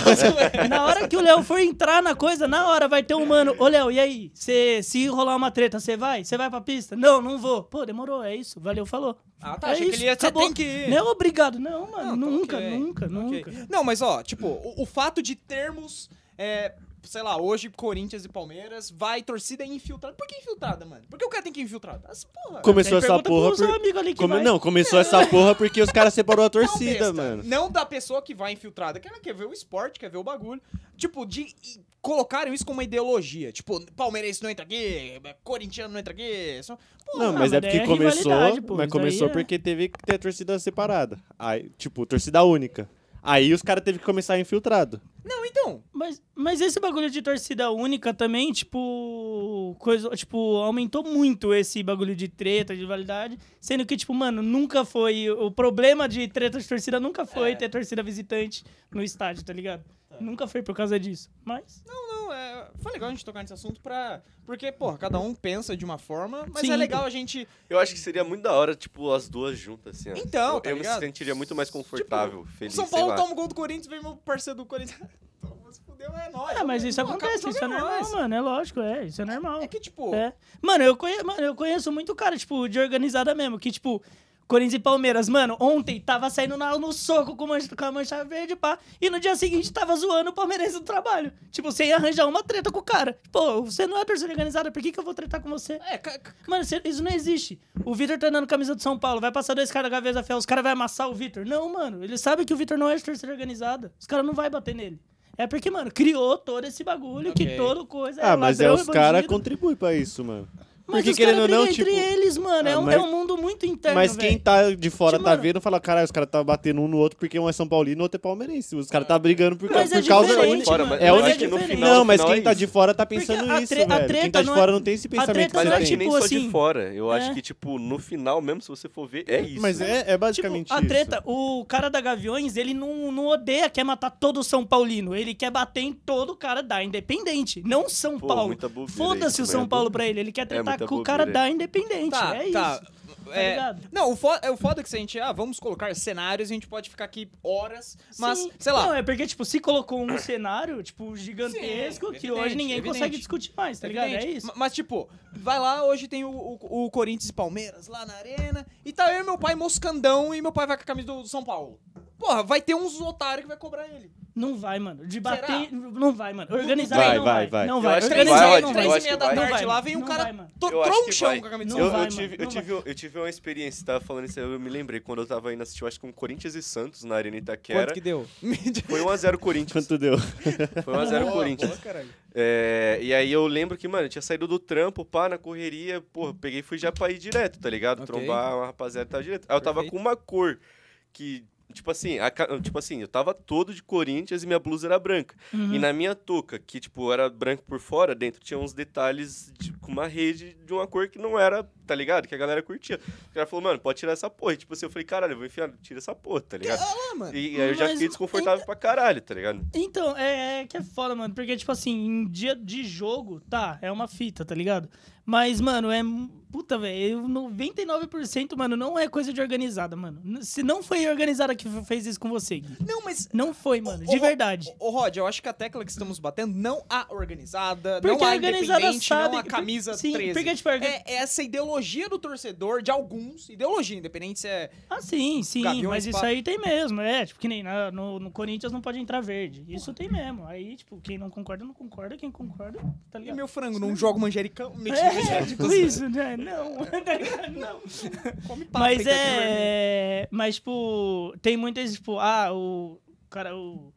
[SPEAKER 3] Na hora que o Léo for entrar na coisa, na hora vai ter um mano. Ô, Léo, e aí? Cê, se rolar uma treta, você vai? Você vai pra pista? Não, não vou. Pô, demorou, é isso. Valeu, falou.
[SPEAKER 4] Ah, tá,
[SPEAKER 3] é
[SPEAKER 4] achei que ele ia- cê
[SPEAKER 3] acabou.
[SPEAKER 4] tem que ir.
[SPEAKER 3] Não, é obrigado. Não, mano,
[SPEAKER 4] Não, tá
[SPEAKER 3] nunca,
[SPEAKER 4] ok,
[SPEAKER 3] nunca,
[SPEAKER 4] Ok.
[SPEAKER 3] nunca.
[SPEAKER 4] Não, mas ó, tipo, o, o fato de termos, é, sei lá, hoje Corinthians e Palmeiras, vai torcida é infiltrada. Por que infiltrada, mano? Por que o cara tem que ir infiltrado? As porra.
[SPEAKER 2] Começou
[SPEAKER 3] Aí
[SPEAKER 2] essa
[SPEAKER 3] Ah, pergunta
[SPEAKER 2] porra
[SPEAKER 3] pro seu amigo ali
[SPEAKER 2] por...
[SPEAKER 3] que
[SPEAKER 2] Come-
[SPEAKER 3] vai.
[SPEAKER 2] Não, começou essa porra porque os caras separou a torcida,
[SPEAKER 4] besta.
[SPEAKER 2] mano.
[SPEAKER 4] Não da pessoa que vai infiltrada, que ela quer ver o esporte, quer ver o bagulho. Tipo, de i- colocaram isso como uma ideologia. Tipo, palmeirense não entra aqui, é, corintiano não entra aqui. Só... Pô,
[SPEAKER 2] Não, mas
[SPEAKER 3] mas
[SPEAKER 2] é porque
[SPEAKER 3] daí é rivalidade,
[SPEAKER 2] começou.
[SPEAKER 3] pô,
[SPEAKER 2] mas
[SPEAKER 3] isso daí
[SPEAKER 2] começou
[SPEAKER 3] é-
[SPEAKER 2] porque teve que ter a torcida separada. Aí, tipo, torcida única. Aí os caras teve que começar infiltrado.
[SPEAKER 4] não, então.
[SPEAKER 3] Mas, mas esse bagulho de torcida única também, tipo, coisa, tipo, aumentou muito esse bagulho de treta, de rivalidade, sendo que tipo, mano, nunca foi o problema de treta de torcida nunca foi ter torcida visitante no estádio, tá ligado? Nunca foi por causa disso. Mas
[SPEAKER 4] Não, é, foi legal a gente tocar nesse assunto pra. Porque, porra, cada um pensa de uma forma, mas
[SPEAKER 3] Sim,
[SPEAKER 4] é legal
[SPEAKER 3] pô.
[SPEAKER 4] a gente.
[SPEAKER 1] Eu acho que seria muito da hora, tipo, as duas juntas, assim. ó.
[SPEAKER 4] Então,
[SPEAKER 1] eu,
[SPEAKER 4] tá
[SPEAKER 1] eu me
[SPEAKER 4] ligado?
[SPEAKER 1] sentiria muito
[SPEAKER 3] Tipo,
[SPEAKER 1] mais confortável, feliz,
[SPEAKER 4] São
[SPEAKER 1] sei
[SPEAKER 4] Paulo
[SPEAKER 1] lá.
[SPEAKER 3] tá um
[SPEAKER 4] toma o gol do Corinthians, vem meu parceiro do Corinthians. Toma, se fudeu, é nóis.
[SPEAKER 3] Ah, mas isso
[SPEAKER 4] Não, acaba
[SPEAKER 3] acontece,
[SPEAKER 4] o jogo,
[SPEAKER 3] isso é normal,
[SPEAKER 4] nóis.
[SPEAKER 3] mano, é lógico, é, isso é normal.
[SPEAKER 4] É que, tipo,
[SPEAKER 3] É. Mano, eu conheço, mano, eu conheço muito cara, tipo, de organizada mesmo, que, tipo, Corinthians e Palmeiras, mano, ontem tava saindo na- no soco com, mancha, com a mancha verde, pá, e no dia seguinte tava zoando o palmeirense do trabalho. Tipo, você ia arranjar uma treta com o cara. Pô, você não é torcida organizada, por que, que eu vou tretar com você?
[SPEAKER 4] é, ca- ca-
[SPEAKER 3] Mano, cê- isso não existe. O Vitor tá andando camisa do São Paulo, vai passar dois caras da Gaveza Fiel, os caras vão amassar o Vitor. Não, mano, eles sabem que o Vitor não é de torcida organizada. Os caras não vão bater nele. É porque, mano, criou todo esse bagulho,
[SPEAKER 4] Ok.
[SPEAKER 3] que todo coisa
[SPEAKER 2] ah, mas é
[SPEAKER 3] ladrão,
[SPEAKER 2] os caras
[SPEAKER 3] bandido.
[SPEAKER 2] contribuem pra isso, mano.
[SPEAKER 3] Mas
[SPEAKER 2] Porque
[SPEAKER 3] os caras
[SPEAKER 2] querendo ou não,
[SPEAKER 3] brigam entre
[SPEAKER 2] tipo-
[SPEAKER 3] eles, mano. é,
[SPEAKER 2] Ah,
[SPEAKER 3] um,
[SPEAKER 2] mas-
[SPEAKER 3] é um mundo muito interno,
[SPEAKER 2] mas quem
[SPEAKER 3] velho.
[SPEAKER 2] tá de fora
[SPEAKER 3] Tipo,
[SPEAKER 2] tá
[SPEAKER 3] mano-
[SPEAKER 2] vendo, fala, caralho, os caras tá batendo um no outro porque um é São Paulino e o outro é palmeirense. Os caras tá brigando por,
[SPEAKER 3] Mas
[SPEAKER 2] por
[SPEAKER 3] é
[SPEAKER 2] causa
[SPEAKER 3] diferente,
[SPEAKER 2] única.
[SPEAKER 1] Fora,
[SPEAKER 3] mano.
[SPEAKER 1] mas
[SPEAKER 2] É
[SPEAKER 1] eu
[SPEAKER 2] única-
[SPEAKER 1] acho que no
[SPEAKER 3] diferente.
[SPEAKER 1] final,
[SPEAKER 2] Não,
[SPEAKER 1] no
[SPEAKER 2] mas
[SPEAKER 1] final
[SPEAKER 2] quem
[SPEAKER 1] é
[SPEAKER 2] tá
[SPEAKER 1] isso.
[SPEAKER 2] de fora tá
[SPEAKER 3] Porque
[SPEAKER 2] pensando
[SPEAKER 3] a
[SPEAKER 2] isso,
[SPEAKER 3] tre-
[SPEAKER 2] velho. Quem
[SPEAKER 3] a
[SPEAKER 2] tá
[SPEAKER 3] treta
[SPEAKER 2] de
[SPEAKER 3] não é-
[SPEAKER 2] fora não tem esse
[SPEAKER 3] a
[SPEAKER 2] pensamento.
[SPEAKER 3] treta
[SPEAKER 2] que
[SPEAKER 1] Mas
[SPEAKER 2] você
[SPEAKER 1] eu
[SPEAKER 3] não é
[SPEAKER 1] acho que
[SPEAKER 2] tem.
[SPEAKER 1] nem
[SPEAKER 3] tipo
[SPEAKER 1] só de
[SPEAKER 3] assim,
[SPEAKER 1] fora. Eu
[SPEAKER 3] é.
[SPEAKER 1] acho que, tipo, no final mesmo, se você for ver, é isso.
[SPEAKER 2] Mas é, é basicamente
[SPEAKER 3] Tipo, a
[SPEAKER 2] isso.
[SPEAKER 3] treta, o cara da Gaviões, ele não, não odeia, quer matar todo o São Paulino. Ele quer bater em todo cara da Independente, não São
[SPEAKER 1] Pô,
[SPEAKER 3] Paulo.
[SPEAKER 1] muita bobeira
[SPEAKER 3] Foda-se
[SPEAKER 1] isso,
[SPEAKER 3] o
[SPEAKER 1] né?
[SPEAKER 3] São Paulo pra ele. Ele
[SPEAKER 2] É
[SPEAKER 3] quer
[SPEAKER 1] muita
[SPEAKER 3] tretar com o
[SPEAKER 1] bobeira
[SPEAKER 3] cara
[SPEAKER 1] aí.
[SPEAKER 3] da Independente.
[SPEAKER 4] Tá,
[SPEAKER 3] é
[SPEAKER 4] tá.
[SPEAKER 3] isso.
[SPEAKER 4] É,
[SPEAKER 3] ligado?
[SPEAKER 4] não, o foda, é o foda que se a gente, ah, vamos colocar cenários, a gente pode ficar aqui horas, mas,
[SPEAKER 3] Sim.
[SPEAKER 4] sei lá,
[SPEAKER 3] Não, é porque, tipo, se colocou um cenário, tipo, gigantesco,
[SPEAKER 4] Sim,
[SPEAKER 3] que
[SPEAKER 4] evidente,
[SPEAKER 3] hoje ninguém
[SPEAKER 4] evidente.
[SPEAKER 3] consegue discutir mais, tá ligado? É
[SPEAKER 4] Evidente.
[SPEAKER 3] isso.
[SPEAKER 4] Ma- Mas, tipo, vai lá, hoje tem o, o- o Corinthians e Palmeiras lá na arena. E tá eu e meu pai moscandão e meu pai vai com a camisa do, do São Paulo. Porra, vai ter uns otários que vai cobrar ele.
[SPEAKER 3] Não vai, mano. De
[SPEAKER 4] Será?
[SPEAKER 3] bater. Não vai, mano. Organizar
[SPEAKER 2] Vai,
[SPEAKER 3] não
[SPEAKER 2] vai,
[SPEAKER 3] vai.
[SPEAKER 2] vai.
[SPEAKER 3] Não
[SPEAKER 1] Eu
[SPEAKER 3] vai.
[SPEAKER 1] acho que
[SPEAKER 4] Três,
[SPEAKER 3] Organizar
[SPEAKER 1] vai,
[SPEAKER 4] e-
[SPEAKER 1] eu
[SPEAKER 3] não
[SPEAKER 1] acho-
[SPEAKER 4] três
[SPEAKER 1] eu
[SPEAKER 4] e
[SPEAKER 3] vai.
[SPEAKER 1] acho
[SPEAKER 4] meia
[SPEAKER 1] que
[SPEAKER 4] da
[SPEAKER 1] vai.
[SPEAKER 4] tarde
[SPEAKER 3] Não vai,
[SPEAKER 4] lá, vem um
[SPEAKER 3] não
[SPEAKER 4] cara
[SPEAKER 3] vai, mano.
[SPEAKER 4] to-
[SPEAKER 1] Eu acho que
[SPEAKER 4] tronchão
[SPEAKER 1] vai.
[SPEAKER 4] com a camisa do
[SPEAKER 3] Não
[SPEAKER 1] eu,
[SPEAKER 4] São
[SPEAKER 1] eu
[SPEAKER 3] vai,
[SPEAKER 4] Paulo.
[SPEAKER 1] tive,
[SPEAKER 3] mano,
[SPEAKER 1] eu,
[SPEAKER 3] não
[SPEAKER 1] tive, eu tive uma experiência, tava falando isso, aí, eu me lembrei quando eu tava indo assistir, eu acho que um Corinthians e Santos na Arena Itaquera.
[SPEAKER 4] deu?
[SPEAKER 1] Foi 1x0 Corinthians.
[SPEAKER 2] Quanto deu?
[SPEAKER 1] Foi 1x0 Corinthians. É, e aí eu lembro que, mano, eu tinha saído do trampo, pá, na correria, porra, peguei e fui já pra ir direto, tá ligado?
[SPEAKER 4] Ok.
[SPEAKER 1] Trombar uma rapaziada e tal direto. Aí eu tava
[SPEAKER 4] Perfeito.
[SPEAKER 1] com uma cor que, tipo assim, a ca- tipo assim, eu tava todo de Corinthians e minha blusa era branca. E
[SPEAKER 4] Uhum.
[SPEAKER 3] Uhum.
[SPEAKER 1] na minha touca, que, tipo, era branco por fora, dentro tinha uns detalhes de- com uma rede de uma cor que não era, tá ligado? Que a galera curtia. O cara falou, mano, pode tirar essa porra. E, tipo assim, eu falei, caralho, eu vou enfiar, tira essa porra, tá ligado?
[SPEAKER 4] Ah, mano.
[SPEAKER 1] E aí eu já
[SPEAKER 3] Mas-
[SPEAKER 1] fiquei desconfortável pra caralho, tá ligado?
[SPEAKER 3] Então, é, é que é foda, mano. Porque, tipo assim, em dia de jogo, tá, é uma fita, tá ligado? Mas, mano, é. Puta, velho, 99%, mano, não é coisa de organizada, mano. N- Se não foi organizada que fez isso com você, Gui.
[SPEAKER 4] Não, mas...
[SPEAKER 3] Não foi, mano.
[SPEAKER 4] Ô,
[SPEAKER 3] De
[SPEAKER 4] Ro-
[SPEAKER 3] verdade.
[SPEAKER 4] Ô, Rod, eu acho que a tecla que estamos batendo não há organizada,
[SPEAKER 3] Porque
[SPEAKER 4] não há
[SPEAKER 3] a organizada
[SPEAKER 4] independente,
[SPEAKER 3] sabe.
[SPEAKER 4] não há camisa
[SPEAKER 3] Sim,
[SPEAKER 4] 13.
[SPEAKER 3] porque, tipo, a orga-
[SPEAKER 4] é, é essa ideologia do torcedor, de alguns, ideologia, independente se é...
[SPEAKER 3] Ah, sim, sim,
[SPEAKER 4] Gaviões,
[SPEAKER 3] mas isso
[SPEAKER 4] pá.
[SPEAKER 3] aí tem mesmo, é, tipo, que nem na- no, no Corinthians não pode entrar verde, isso tem mesmo, aí, tipo, quem não concorda, não concorda, quem concorda, tá
[SPEAKER 4] E
[SPEAKER 3] ligado?
[SPEAKER 4] meu frango, não joga o manjericão?
[SPEAKER 3] É, tipo isso, né? Não, tá ligado? Não.
[SPEAKER 4] Come papa,
[SPEAKER 3] Mas
[SPEAKER 4] então, que vermelho.
[SPEAKER 3] é. Mas, tipo, tem muitas, tipo, ah, o. Cara, o.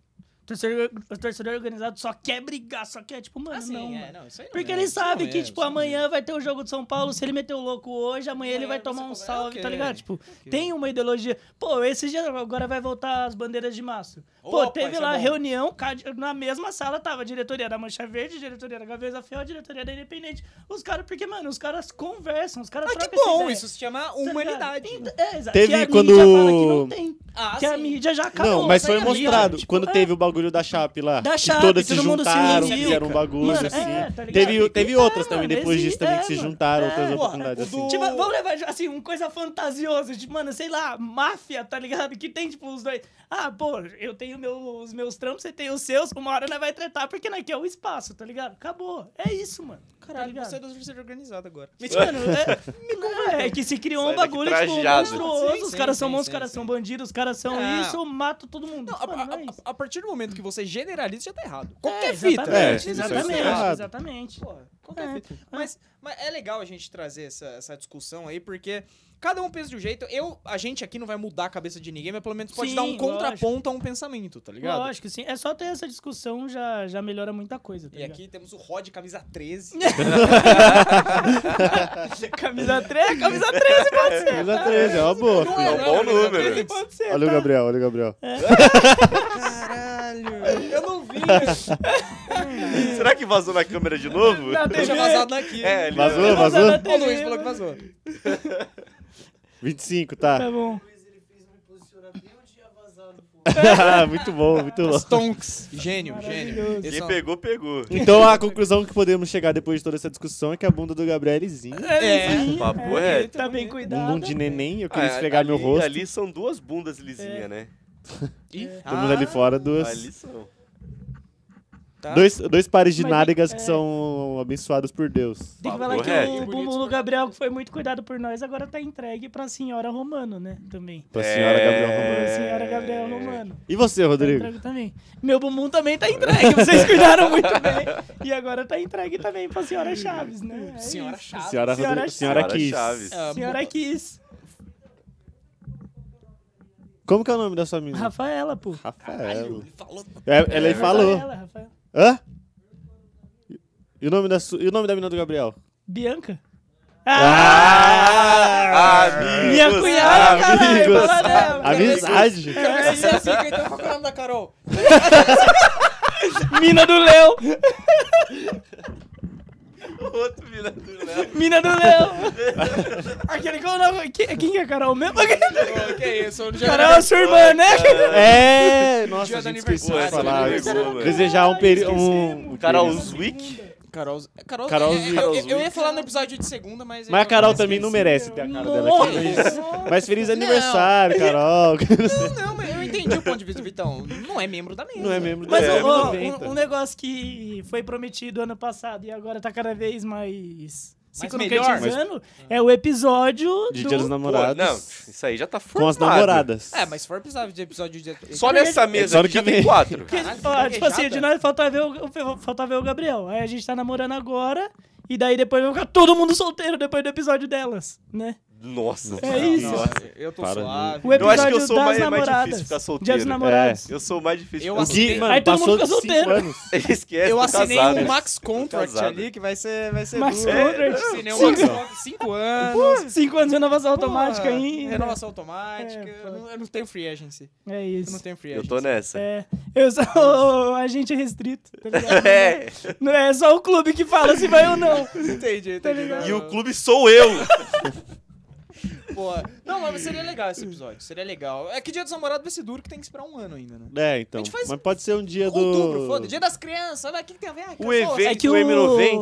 [SPEAKER 3] Torcedor, o torcedor organizado só quer brigar, só quer, tipo, mano,
[SPEAKER 4] Ah, sim,
[SPEAKER 3] não,
[SPEAKER 4] é,
[SPEAKER 3] mano.
[SPEAKER 4] não, isso aí não
[SPEAKER 3] Porque
[SPEAKER 4] é,
[SPEAKER 3] ele
[SPEAKER 4] isso
[SPEAKER 3] sabe
[SPEAKER 4] não
[SPEAKER 3] que,
[SPEAKER 4] é,
[SPEAKER 3] tipo,
[SPEAKER 4] isso não
[SPEAKER 3] amanhã vai ter o jogo de São Paulo. Se ele meter o louco hoje, amanhã ele
[SPEAKER 4] Amanhã
[SPEAKER 3] vai
[SPEAKER 4] você
[SPEAKER 3] tomar um
[SPEAKER 4] cobra-
[SPEAKER 3] salve, tá
[SPEAKER 4] ok,
[SPEAKER 3] ligado? Tipo, tem uma ideologia. Pô, esse dia agora vai voltar as bandeiras de maço. Pô,
[SPEAKER 4] Opa,
[SPEAKER 3] teve
[SPEAKER 4] isso é
[SPEAKER 3] lá
[SPEAKER 4] bom.
[SPEAKER 3] reunião, ca- na mesma sala tava a diretoria da Mancha Verde, a diretoria da Gaveza Fiel, a diretoria da Independente. Os caras, porque, mano, os caras conversam, os caras
[SPEAKER 4] Ah,
[SPEAKER 3] trocam
[SPEAKER 4] que
[SPEAKER 3] é essa
[SPEAKER 4] bom,
[SPEAKER 3] ideia.
[SPEAKER 4] isso se chama
[SPEAKER 3] Tá ligado?
[SPEAKER 4] humanidade.
[SPEAKER 3] Então, é, exato.
[SPEAKER 2] Teve
[SPEAKER 3] que a
[SPEAKER 2] quando-
[SPEAKER 3] mídia fala que não tem.
[SPEAKER 4] Ah,
[SPEAKER 3] que a
[SPEAKER 4] sim.
[SPEAKER 3] mídia já acabou.
[SPEAKER 2] Não, mas
[SPEAKER 3] tá
[SPEAKER 2] foi
[SPEAKER 3] ligado?
[SPEAKER 2] mostrado.
[SPEAKER 3] Tipo,
[SPEAKER 2] Quando
[SPEAKER 3] é.
[SPEAKER 2] teve o bagulho da Chape lá.
[SPEAKER 3] Da
[SPEAKER 2] que
[SPEAKER 3] Chape,
[SPEAKER 2] todas se
[SPEAKER 3] todo mundo se
[SPEAKER 2] juntaram,
[SPEAKER 3] uniu,
[SPEAKER 2] fizeram um
[SPEAKER 3] cara.
[SPEAKER 2] bagulho,
[SPEAKER 3] Mano, é,
[SPEAKER 2] assim.
[SPEAKER 3] tá ligado?
[SPEAKER 2] teve, teve outras
[SPEAKER 3] É,
[SPEAKER 2] também
[SPEAKER 3] mano,
[SPEAKER 2] depois disso
[SPEAKER 3] existe-
[SPEAKER 2] também,
[SPEAKER 3] é,
[SPEAKER 2] que se
[SPEAKER 3] mano.
[SPEAKER 2] juntaram, outras
[SPEAKER 4] É,
[SPEAKER 2] oportunidades,
[SPEAKER 4] o
[SPEAKER 2] assim.
[SPEAKER 4] do-
[SPEAKER 3] Tipo, vamos levar, assim, uma coisa fantasiosa, tipo, mano, sei lá, máfia, tá ligado? Que tem, tipo, os dois. Ah, pô, eu tenho meu- os meus trampos, você tem os seus, uma hora nós vai tretar, porque nós quer o espaço, tá ligado? Acabou. É isso, mano.
[SPEAKER 4] Caralho,
[SPEAKER 3] ligado?
[SPEAKER 4] você é da torcida organizada agora.
[SPEAKER 3] Mano, é, me conv- é que se criou um
[SPEAKER 1] Sai daqui
[SPEAKER 3] bagulho, tipo,
[SPEAKER 1] trajado.
[SPEAKER 3] monstruoso.
[SPEAKER 4] Sim,
[SPEAKER 3] os
[SPEAKER 4] sim,
[SPEAKER 3] caras são
[SPEAKER 4] sim,
[SPEAKER 3] monstros,
[SPEAKER 4] sim,
[SPEAKER 3] os caras
[SPEAKER 4] sim.
[SPEAKER 3] são bandidos, os caras são
[SPEAKER 4] Não.
[SPEAKER 3] isso, eu mato todo mundo.
[SPEAKER 4] Não, a,
[SPEAKER 3] Mano, É. não
[SPEAKER 4] a-
[SPEAKER 3] é isso.
[SPEAKER 4] a- a partir do momento que você generaliza, já tá errado.
[SPEAKER 3] É,
[SPEAKER 4] Qualquer
[SPEAKER 3] exatamente,
[SPEAKER 4] fita.
[SPEAKER 2] É,
[SPEAKER 3] Exatamente,
[SPEAKER 2] isso aí
[SPEAKER 3] exatamente.
[SPEAKER 2] tá errado.
[SPEAKER 4] Porra, qualquer
[SPEAKER 3] É,
[SPEAKER 4] fita. Mas, mas é legal a gente trazer essa, essa discussão aí, porque cada um pensa de um jeito. Eu, a gente aqui não vai mudar a cabeça de ninguém, mas pelo menos pode
[SPEAKER 3] Sim,
[SPEAKER 4] dar um
[SPEAKER 3] lógico.
[SPEAKER 4] contraponto a um pensamento, tá ligado?
[SPEAKER 3] Lógico, sim. É só ter essa discussão já, já melhora muita coisa. Tá
[SPEAKER 4] E aqui temos o Rod, camisa 13. é
[SPEAKER 3] camisa 13, camisa 13 pode ser.
[SPEAKER 2] Mas a 13, é uma boa.
[SPEAKER 4] Não
[SPEAKER 2] filho.
[SPEAKER 1] é um bom
[SPEAKER 4] camisa
[SPEAKER 1] número.
[SPEAKER 4] 13 pode ser.
[SPEAKER 2] Olha o Gabriel, olha o Gabriel.
[SPEAKER 4] Caralho, eu não vi. isso.
[SPEAKER 1] Será que vazou na câmera de novo?
[SPEAKER 3] Não, tem-
[SPEAKER 4] Deixa vazado daqui.
[SPEAKER 1] É, ele-
[SPEAKER 2] Vazou,
[SPEAKER 3] Vazou
[SPEAKER 2] vazou?
[SPEAKER 3] na
[SPEAKER 4] Ó, O Luiz falou
[SPEAKER 3] TV,
[SPEAKER 4] que vazou.
[SPEAKER 2] 25, tá.
[SPEAKER 3] Tá bom.
[SPEAKER 2] muito bom, muito bom.
[SPEAKER 4] Stonks. Gênio, gênio.
[SPEAKER 3] Maravilhoso.
[SPEAKER 4] Esse é
[SPEAKER 1] Quem
[SPEAKER 4] um-
[SPEAKER 1] pegou, pegou.
[SPEAKER 2] Então a conclusão que podemos chegar depois de toda essa discussão é que a bunda do Gabriel é lisinha.
[SPEAKER 4] É.
[SPEAKER 3] sim,
[SPEAKER 1] Papo
[SPEAKER 3] é,
[SPEAKER 1] reto.
[SPEAKER 3] Tá bem
[SPEAKER 2] Um
[SPEAKER 3] cuidado.
[SPEAKER 2] bum de neném, eu queria
[SPEAKER 1] Ah,
[SPEAKER 2] esfregar
[SPEAKER 1] ali-
[SPEAKER 2] meu rosto.
[SPEAKER 1] Ali são duas bundas lisinhas, né?
[SPEAKER 4] Ih,
[SPEAKER 2] Todo mundo ali
[SPEAKER 4] ah,
[SPEAKER 2] fora, duas.
[SPEAKER 1] Ali são.
[SPEAKER 4] tá.
[SPEAKER 2] Dois, dois pares de
[SPEAKER 3] Mas,
[SPEAKER 2] nádegas
[SPEAKER 3] é.
[SPEAKER 2] que são abençoados por Deus.
[SPEAKER 3] Tem que falar
[SPEAKER 1] Papo
[SPEAKER 3] que
[SPEAKER 1] reto.
[SPEAKER 3] o bumbum do Gabriel, que foi muito cuidado por nós, agora tá entregue pra senhora Romano, né? Também.
[SPEAKER 2] Pra senhora Gabriel
[SPEAKER 3] Pra
[SPEAKER 2] Romano.
[SPEAKER 3] senhora Gabriel Romano.
[SPEAKER 2] E você,
[SPEAKER 3] Tá
[SPEAKER 2] É. Rodrigo?
[SPEAKER 3] entregue também. Meu bumbum também tá entregue, vocês cuidaram muito bem. E agora tá entregue também pra senhora Chaves, né? É
[SPEAKER 4] Senhora
[SPEAKER 3] isso.
[SPEAKER 4] Chaves.
[SPEAKER 2] Senhora,
[SPEAKER 3] Senhora
[SPEAKER 2] Rodrigo,
[SPEAKER 3] Chaves.
[SPEAKER 2] senhora Kiss.
[SPEAKER 1] Chaves.
[SPEAKER 4] Ah,
[SPEAKER 3] Senhora Kiss.
[SPEAKER 2] Como que é o nome da sua menina?
[SPEAKER 3] Rafaela, pô.
[SPEAKER 2] Rafael.
[SPEAKER 4] Ele falou.
[SPEAKER 2] É, ela aí
[SPEAKER 1] É
[SPEAKER 2] falou.
[SPEAKER 3] Rafaela, Rafaela.
[SPEAKER 2] Hã? E o nome da, su... e o nome da menina do Gabriel?
[SPEAKER 3] Bianca. Ah!
[SPEAKER 1] Amigos,
[SPEAKER 3] Minha cunhada, caralho,
[SPEAKER 2] amigos.
[SPEAKER 3] fala dela.
[SPEAKER 2] Amizade.
[SPEAKER 4] Você é assim, então qual que é o nome da Carol?
[SPEAKER 3] Mina do Léo!
[SPEAKER 1] Outro vira do nada.
[SPEAKER 3] Mina do Léo! Aquele que eu não- que- Quem que é a Carol mesmo?
[SPEAKER 4] Ô, que isso? eu já-
[SPEAKER 3] Carol, é sua irmã, né?
[SPEAKER 2] É! Nossa,
[SPEAKER 4] Dia
[SPEAKER 2] a
[SPEAKER 4] do
[SPEAKER 2] gente esqueceu de
[SPEAKER 1] aniversário.
[SPEAKER 2] falar.
[SPEAKER 1] Pô, essa me pegou, velho.
[SPEAKER 2] Desejar um período.
[SPEAKER 3] Esquecemos.
[SPEAKER 2] Um...
[SPEAKER 1] Carol
[SPEAKER 2] um-
[SPEAKER 1] Zwick?
[SPEAKER 4] Carol. Carol.
[SPEAKER 2] Carol-
[SPEAKER 4] é, é,
[SPEAKER 2] Carol
[SPEAKER 4] eu, eu ia falar no episódio de segunda, mas.
[SPEAKER 2] Mas a
[SPEAKER 4] eu-
[SPEAKER 2] Carol
[SPEAKER 4] eu
[SPEAKER 2] também não
[SPEAKER 4] esqueci.
[SPEAKER 2] merece ter a cara dela é aqui.
[SPEAKER 3] Nossa!
[SPEAKER 2] Mas feliz aniversário, Carol.
[SPEAKER 4] Não, não, mas eu entendi o ponto de vista do Vitão. Não é membro da mesa.
[SPEAKER 2] Não é então. membro
[SPEAKER 3] Mas
[SPEAKER 1] É,
[SPEAKER 3] ó, ó, um,
[SPEAKER 2] 90.
[SPEAKER 3] um negócio que foi prometido ano passado e agora tá cada vez mais se
[SPEAKER 4] Mas
[SPEAKER 3] concretizando é o episódio
[SPEAKER 2] De
[SPEAKER 3] do...
[SPEAKER 2] Dia dos
[SPEAKER 1] Pô,
[SPEAKER 2] Namorados.
[SPEAKER 1] não, isso aí já tá formado.
[SPEAKER 2] Com as namoradas.
[SPEAKER 4] É, mas se for precisar de episódio de.
[SPEAKER 1] Só nessa mesa
[SPEAKER 2] Episódio
[SPEAKER 1] aqui já
[SPEAKER 2] que
[SPEAKER 1] tem
[SPEAKER 2] vem.
[SPEAKER 1] quatro.
[SPEAKER 3] Que-
[SPEAKER 4] Caralho,
[SPEAKER 3] ó,
[SPEAKER 4] que
[SPEAKER 3] tipo assim,
[SPEAKER 4] gaguejada.
[SPEAKER 3] de nós faltava ver, o, o- faltava ver o Gabriel. Aí a gente tá namorando agora e daí depois vai ficar todo mundo solteiro depois do episódio delas, né?
[SPEAKER 1] Nossa.
[SPEAKER 3] É isso.
[SPEAKER 1] Nossa.
[SPEAKER 4] Eu tô
[SPEAKER 2] Para,
[SPEAKER 4] suave.
[SPEAKER 3] O
[SPEAKER 1] Eu acho que
[SPEAKER 3] episódio
[SPEAKER 1] eu sou
[SPEAKER 3] das
[SPEAKER 1] mais- mais difícil
[SPEAKER 3] namoradas.
[SPEAKER 1] ficar solteiro.
[SPEAKER 3] Dia dos namorados.
[SPEAKER 1] Eu sou o mais difícil.
[SPEAKER 4] Eu
[SPEAKER 1] de
[SPEAKER 2] O
[SPEAKER 1] fazer.
[SPEAKER 2] Gui, mano,
[SPEAKER 3] Aí todo mundo
[SPEAKER 2] passou
[SPEAKER 3] fica
[SPEAKER 2] de 5
[SPEAKER 3] solteiro.
[SPEAKER 2] anos.
[SPEAKER 1] Esquece,
[SPEAKER 4] Eu
[SPEAKER 1] tô
[SPEAKER 4] assinei
[SPEAKER 1] casado.
[SPEAKER 4] um Max Contract
[SPEAKER 1] casado.
[SPEAKER 4] ali que vai ser. Vai
[SPEAKER 1] É.
[SPEAKER 4] ser
[SPEAKER 3] Max
[SPEAKER 4] duro.
[SPEAKER 3] Contract.
[SPEAKER 4] Assinei um
[SPEAKER 3] Sim.
[SPEAKER 4] Max Contract. Cinco anos.
[SPEAKER 3] é. Cinco anos de renovação automática
[SPEAKER 4] Porra, é
[SPEAKER 3] ainda.
[SPEAKER 4] Renovação automática.
[SPEAKER 3] É, pô.
[SPEAKER 4] eu, não, eu não tenho free agency.
[SPEAKER 3] É
[SPEAKER 4] Eu
[SPEAKER 3] isso.
[SPEAKER 4] não tenho free
[SPEAKER 1] Eu
[SPEAKER 4] agency.
[SPEAKER 1] tô nessa.
[SPEAKER 3] É, eu sou o agente restrito, tá ligado?
[SPEAKER 1] É.
[SPEAKER 3] Não é só o clube que fala se vai ou não.
[SPEAKER 4] Entendi, entendi.
[SPEAKER 3] ligado?
[SPEAKER 1] E o clube sou eu.
[SPEAKER 4] Pô, não, mas seria legal esse episódio. Seria legal. É que dia dos namorados vai ser duro que tem que esperar um ano ainda, né?
[SPEAKER 2] É, então.
[SPEAKER 4] A gente faz-
[SPEAKER 2] Mas pode ser um dia do.
[SPEAKER 4] Outubro, foda. Dia das crianças. Vai, o que, que tem a ver? Ah,
[SPEAKER 1] O
[SPEAKER 4] cachorro,
[SPEAKER 1] evento-
[SPEAKER 4] sai-
[SPEAKER 3] É que
[SPEAKER 1] O
[SPEAKER 3] o,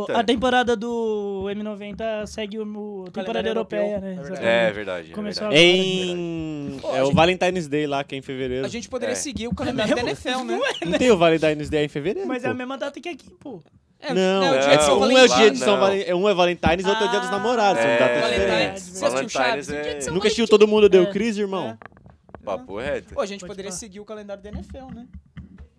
[SPEAKER 1] M90?
[SPEAKER 3] a temporada do M90 segue o, a temporada europeia,
[SPEAKER 4] europeu, é
[SPEAKER 3] né?
[SPEAKER 4] verdade.
[SPEAKER 1] É verdade. é
[SPEAKER 3] Começou
[SPEAKER 1] verdade.
[SPEAKER 3] agora.
[SPEAKER 2] Em.
[SPEAKER 4] Pô,
[SPEAKER 2] é
[SPEAKER 4] a
[SPEAKER 2] o
[SPEAKER 4] gente-
[SPEAKER 2] Valentine's Day lá, que é em fevereiro.
[SPEAKER 4] A gente poderia
[SPEAKER 1] É.
[SPEAKER 4] seguir o calendário da NFL, né?
[SPEAKER 2] Não é. tem o Valentine's Day em fevereiro.
[SPEAKER 3] Mas é
[SPEAKER 2] pô.
[SPEAKER 3] a mesma data que aqui, pô.
[SPEAKER 4] É,
[SPEAKER 2] Não,
[SPEAKER 4] é o dia de São
[SPEAKER 1] não,
[SPEAKER 2] um é o
[SPEAKER 4] Valentim.
[SPEAKER 2] dia de
[SPEAKER 1] Não.
[SPEAKER 2] São Valentim. Um é Valentine's, outro é o dia dos
[SPEAKER 3] Ah,
[SPEAKER 2] namorados. São
[SPEAKER 1] é.
[SPEAKER 2] datas
[SPEAKER 4] Valentine's.
[SPEAKER 2] diferentes.
[SPEAKER 4] Você assistiu Chaves?
[SPEAKER 1] Valentine's
[SPEAKER 4] É dia de
[SPEAKER 1] é-
[SPEAKER 4] São
[SPEAKER 2] Nunca assistiu
[SPEAKER 4] Valentim.
[SPEAKER 2] Todo Mundo Deu
[SPEAKER 3] É.
[SPEAKER 2] Cris, irmão?
[SPEAKER 1] Papo reto.
[SPEAKER 4] Pô, a gente
[SPEAKER 3] Pode
[SPEAKER 4] poderia
[SPEAKER 3] falar.
[SPEAKER 4] seguir o calendário da NFL, né?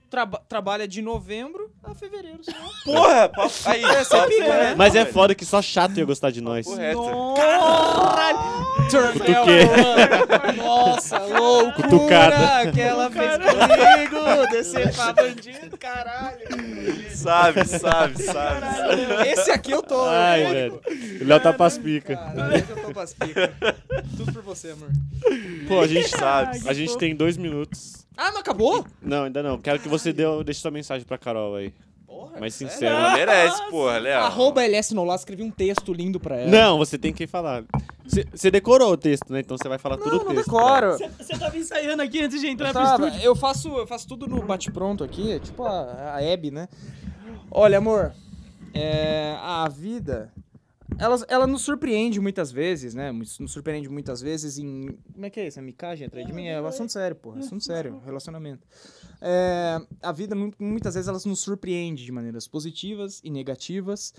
[SPEAKER 4] Traba- trabalha de novembro a fevereiro, senão.
[SPEAKER 1] Porra, papo... Aí, papo
[SPEAKER 4] pica, né?
[SPEAKER 1] reto,
[SPEAKER 2] Mas é
[SPEAKER 1] velho.
[SPEAKER 2] foda que só chato ia gostar de nós.
[SPEAKER 4] é
[SPEAKER 1] Papo reto.
[SPEAKER 4] Turfel, Nossa, loucura
[SPEAKER 2] Cutucada.
[SPEAKER 4] que ela fez comigo. Decepar bandido, caralho.
[SPEAKER 1] Sabe, sabe, sabe.
[SPEAKER 4] Esse aqui eu tô.
[SPEAKER 2] Ai,
[SPEAKER 4] eu tô-
[SPEAKER 2] velho. O Léo tá pras pica.
[SPEAKER 4] Caralho, hoje eu tô pras pica. Tudo por você, amor.
[SPEAKER 2] Pô, a gente
[SPEAKER 1] Sabe.
[SPEAKER 2] A gente tem dois minutos.
[SPEAKER 4] Ah, não acabou?
[SPEAKER 2] Não, ainda não. Quero que você dê, deixe sua mensagem pra Carol aí.
[SPEAKER 4] Porra. é
[SPEAKER 2] Mais
[SPEAKER 4] sério?
[SPEAKER 2] sincero.
[SPEAKER 1] Ela merece, porra, Léo.
[SPEAKER 4] Arroba LS Nolá, escrevi um texto lindo pra ela.
[SPEAKER 2] Não, você tem que falar. Você- Você decorou o texto, né? Então você vai falar tudo
[SPEAKER 4] Não,
[SPEAKER 2] o
[SPEAKER 4] não
[SPEAKER 2] texto.
[SPEAKER 4] decoro.
[SPEAKER 3] Você tava ensaiando aqui antes de entrar pro
[SPEAKER 4] Tava.
[SPEAKER 3] estúdio.
[SPEAKER 4] Eu faço, eu faço tudo no bate-pronto aqui, é tipo a, a Abby, né? Olha, amor, é, a vida, ela, ela nos surpreende muitas vezes, né? Nos nos surpreende muitas vezes em... Como é que é isso? É micagem atrás de mim? É um assunto sério, porra. Assunto sério, relacionamento. É, a vida, mu- muitas vezes, ela nos surpreende de maneiras positivas e negativas.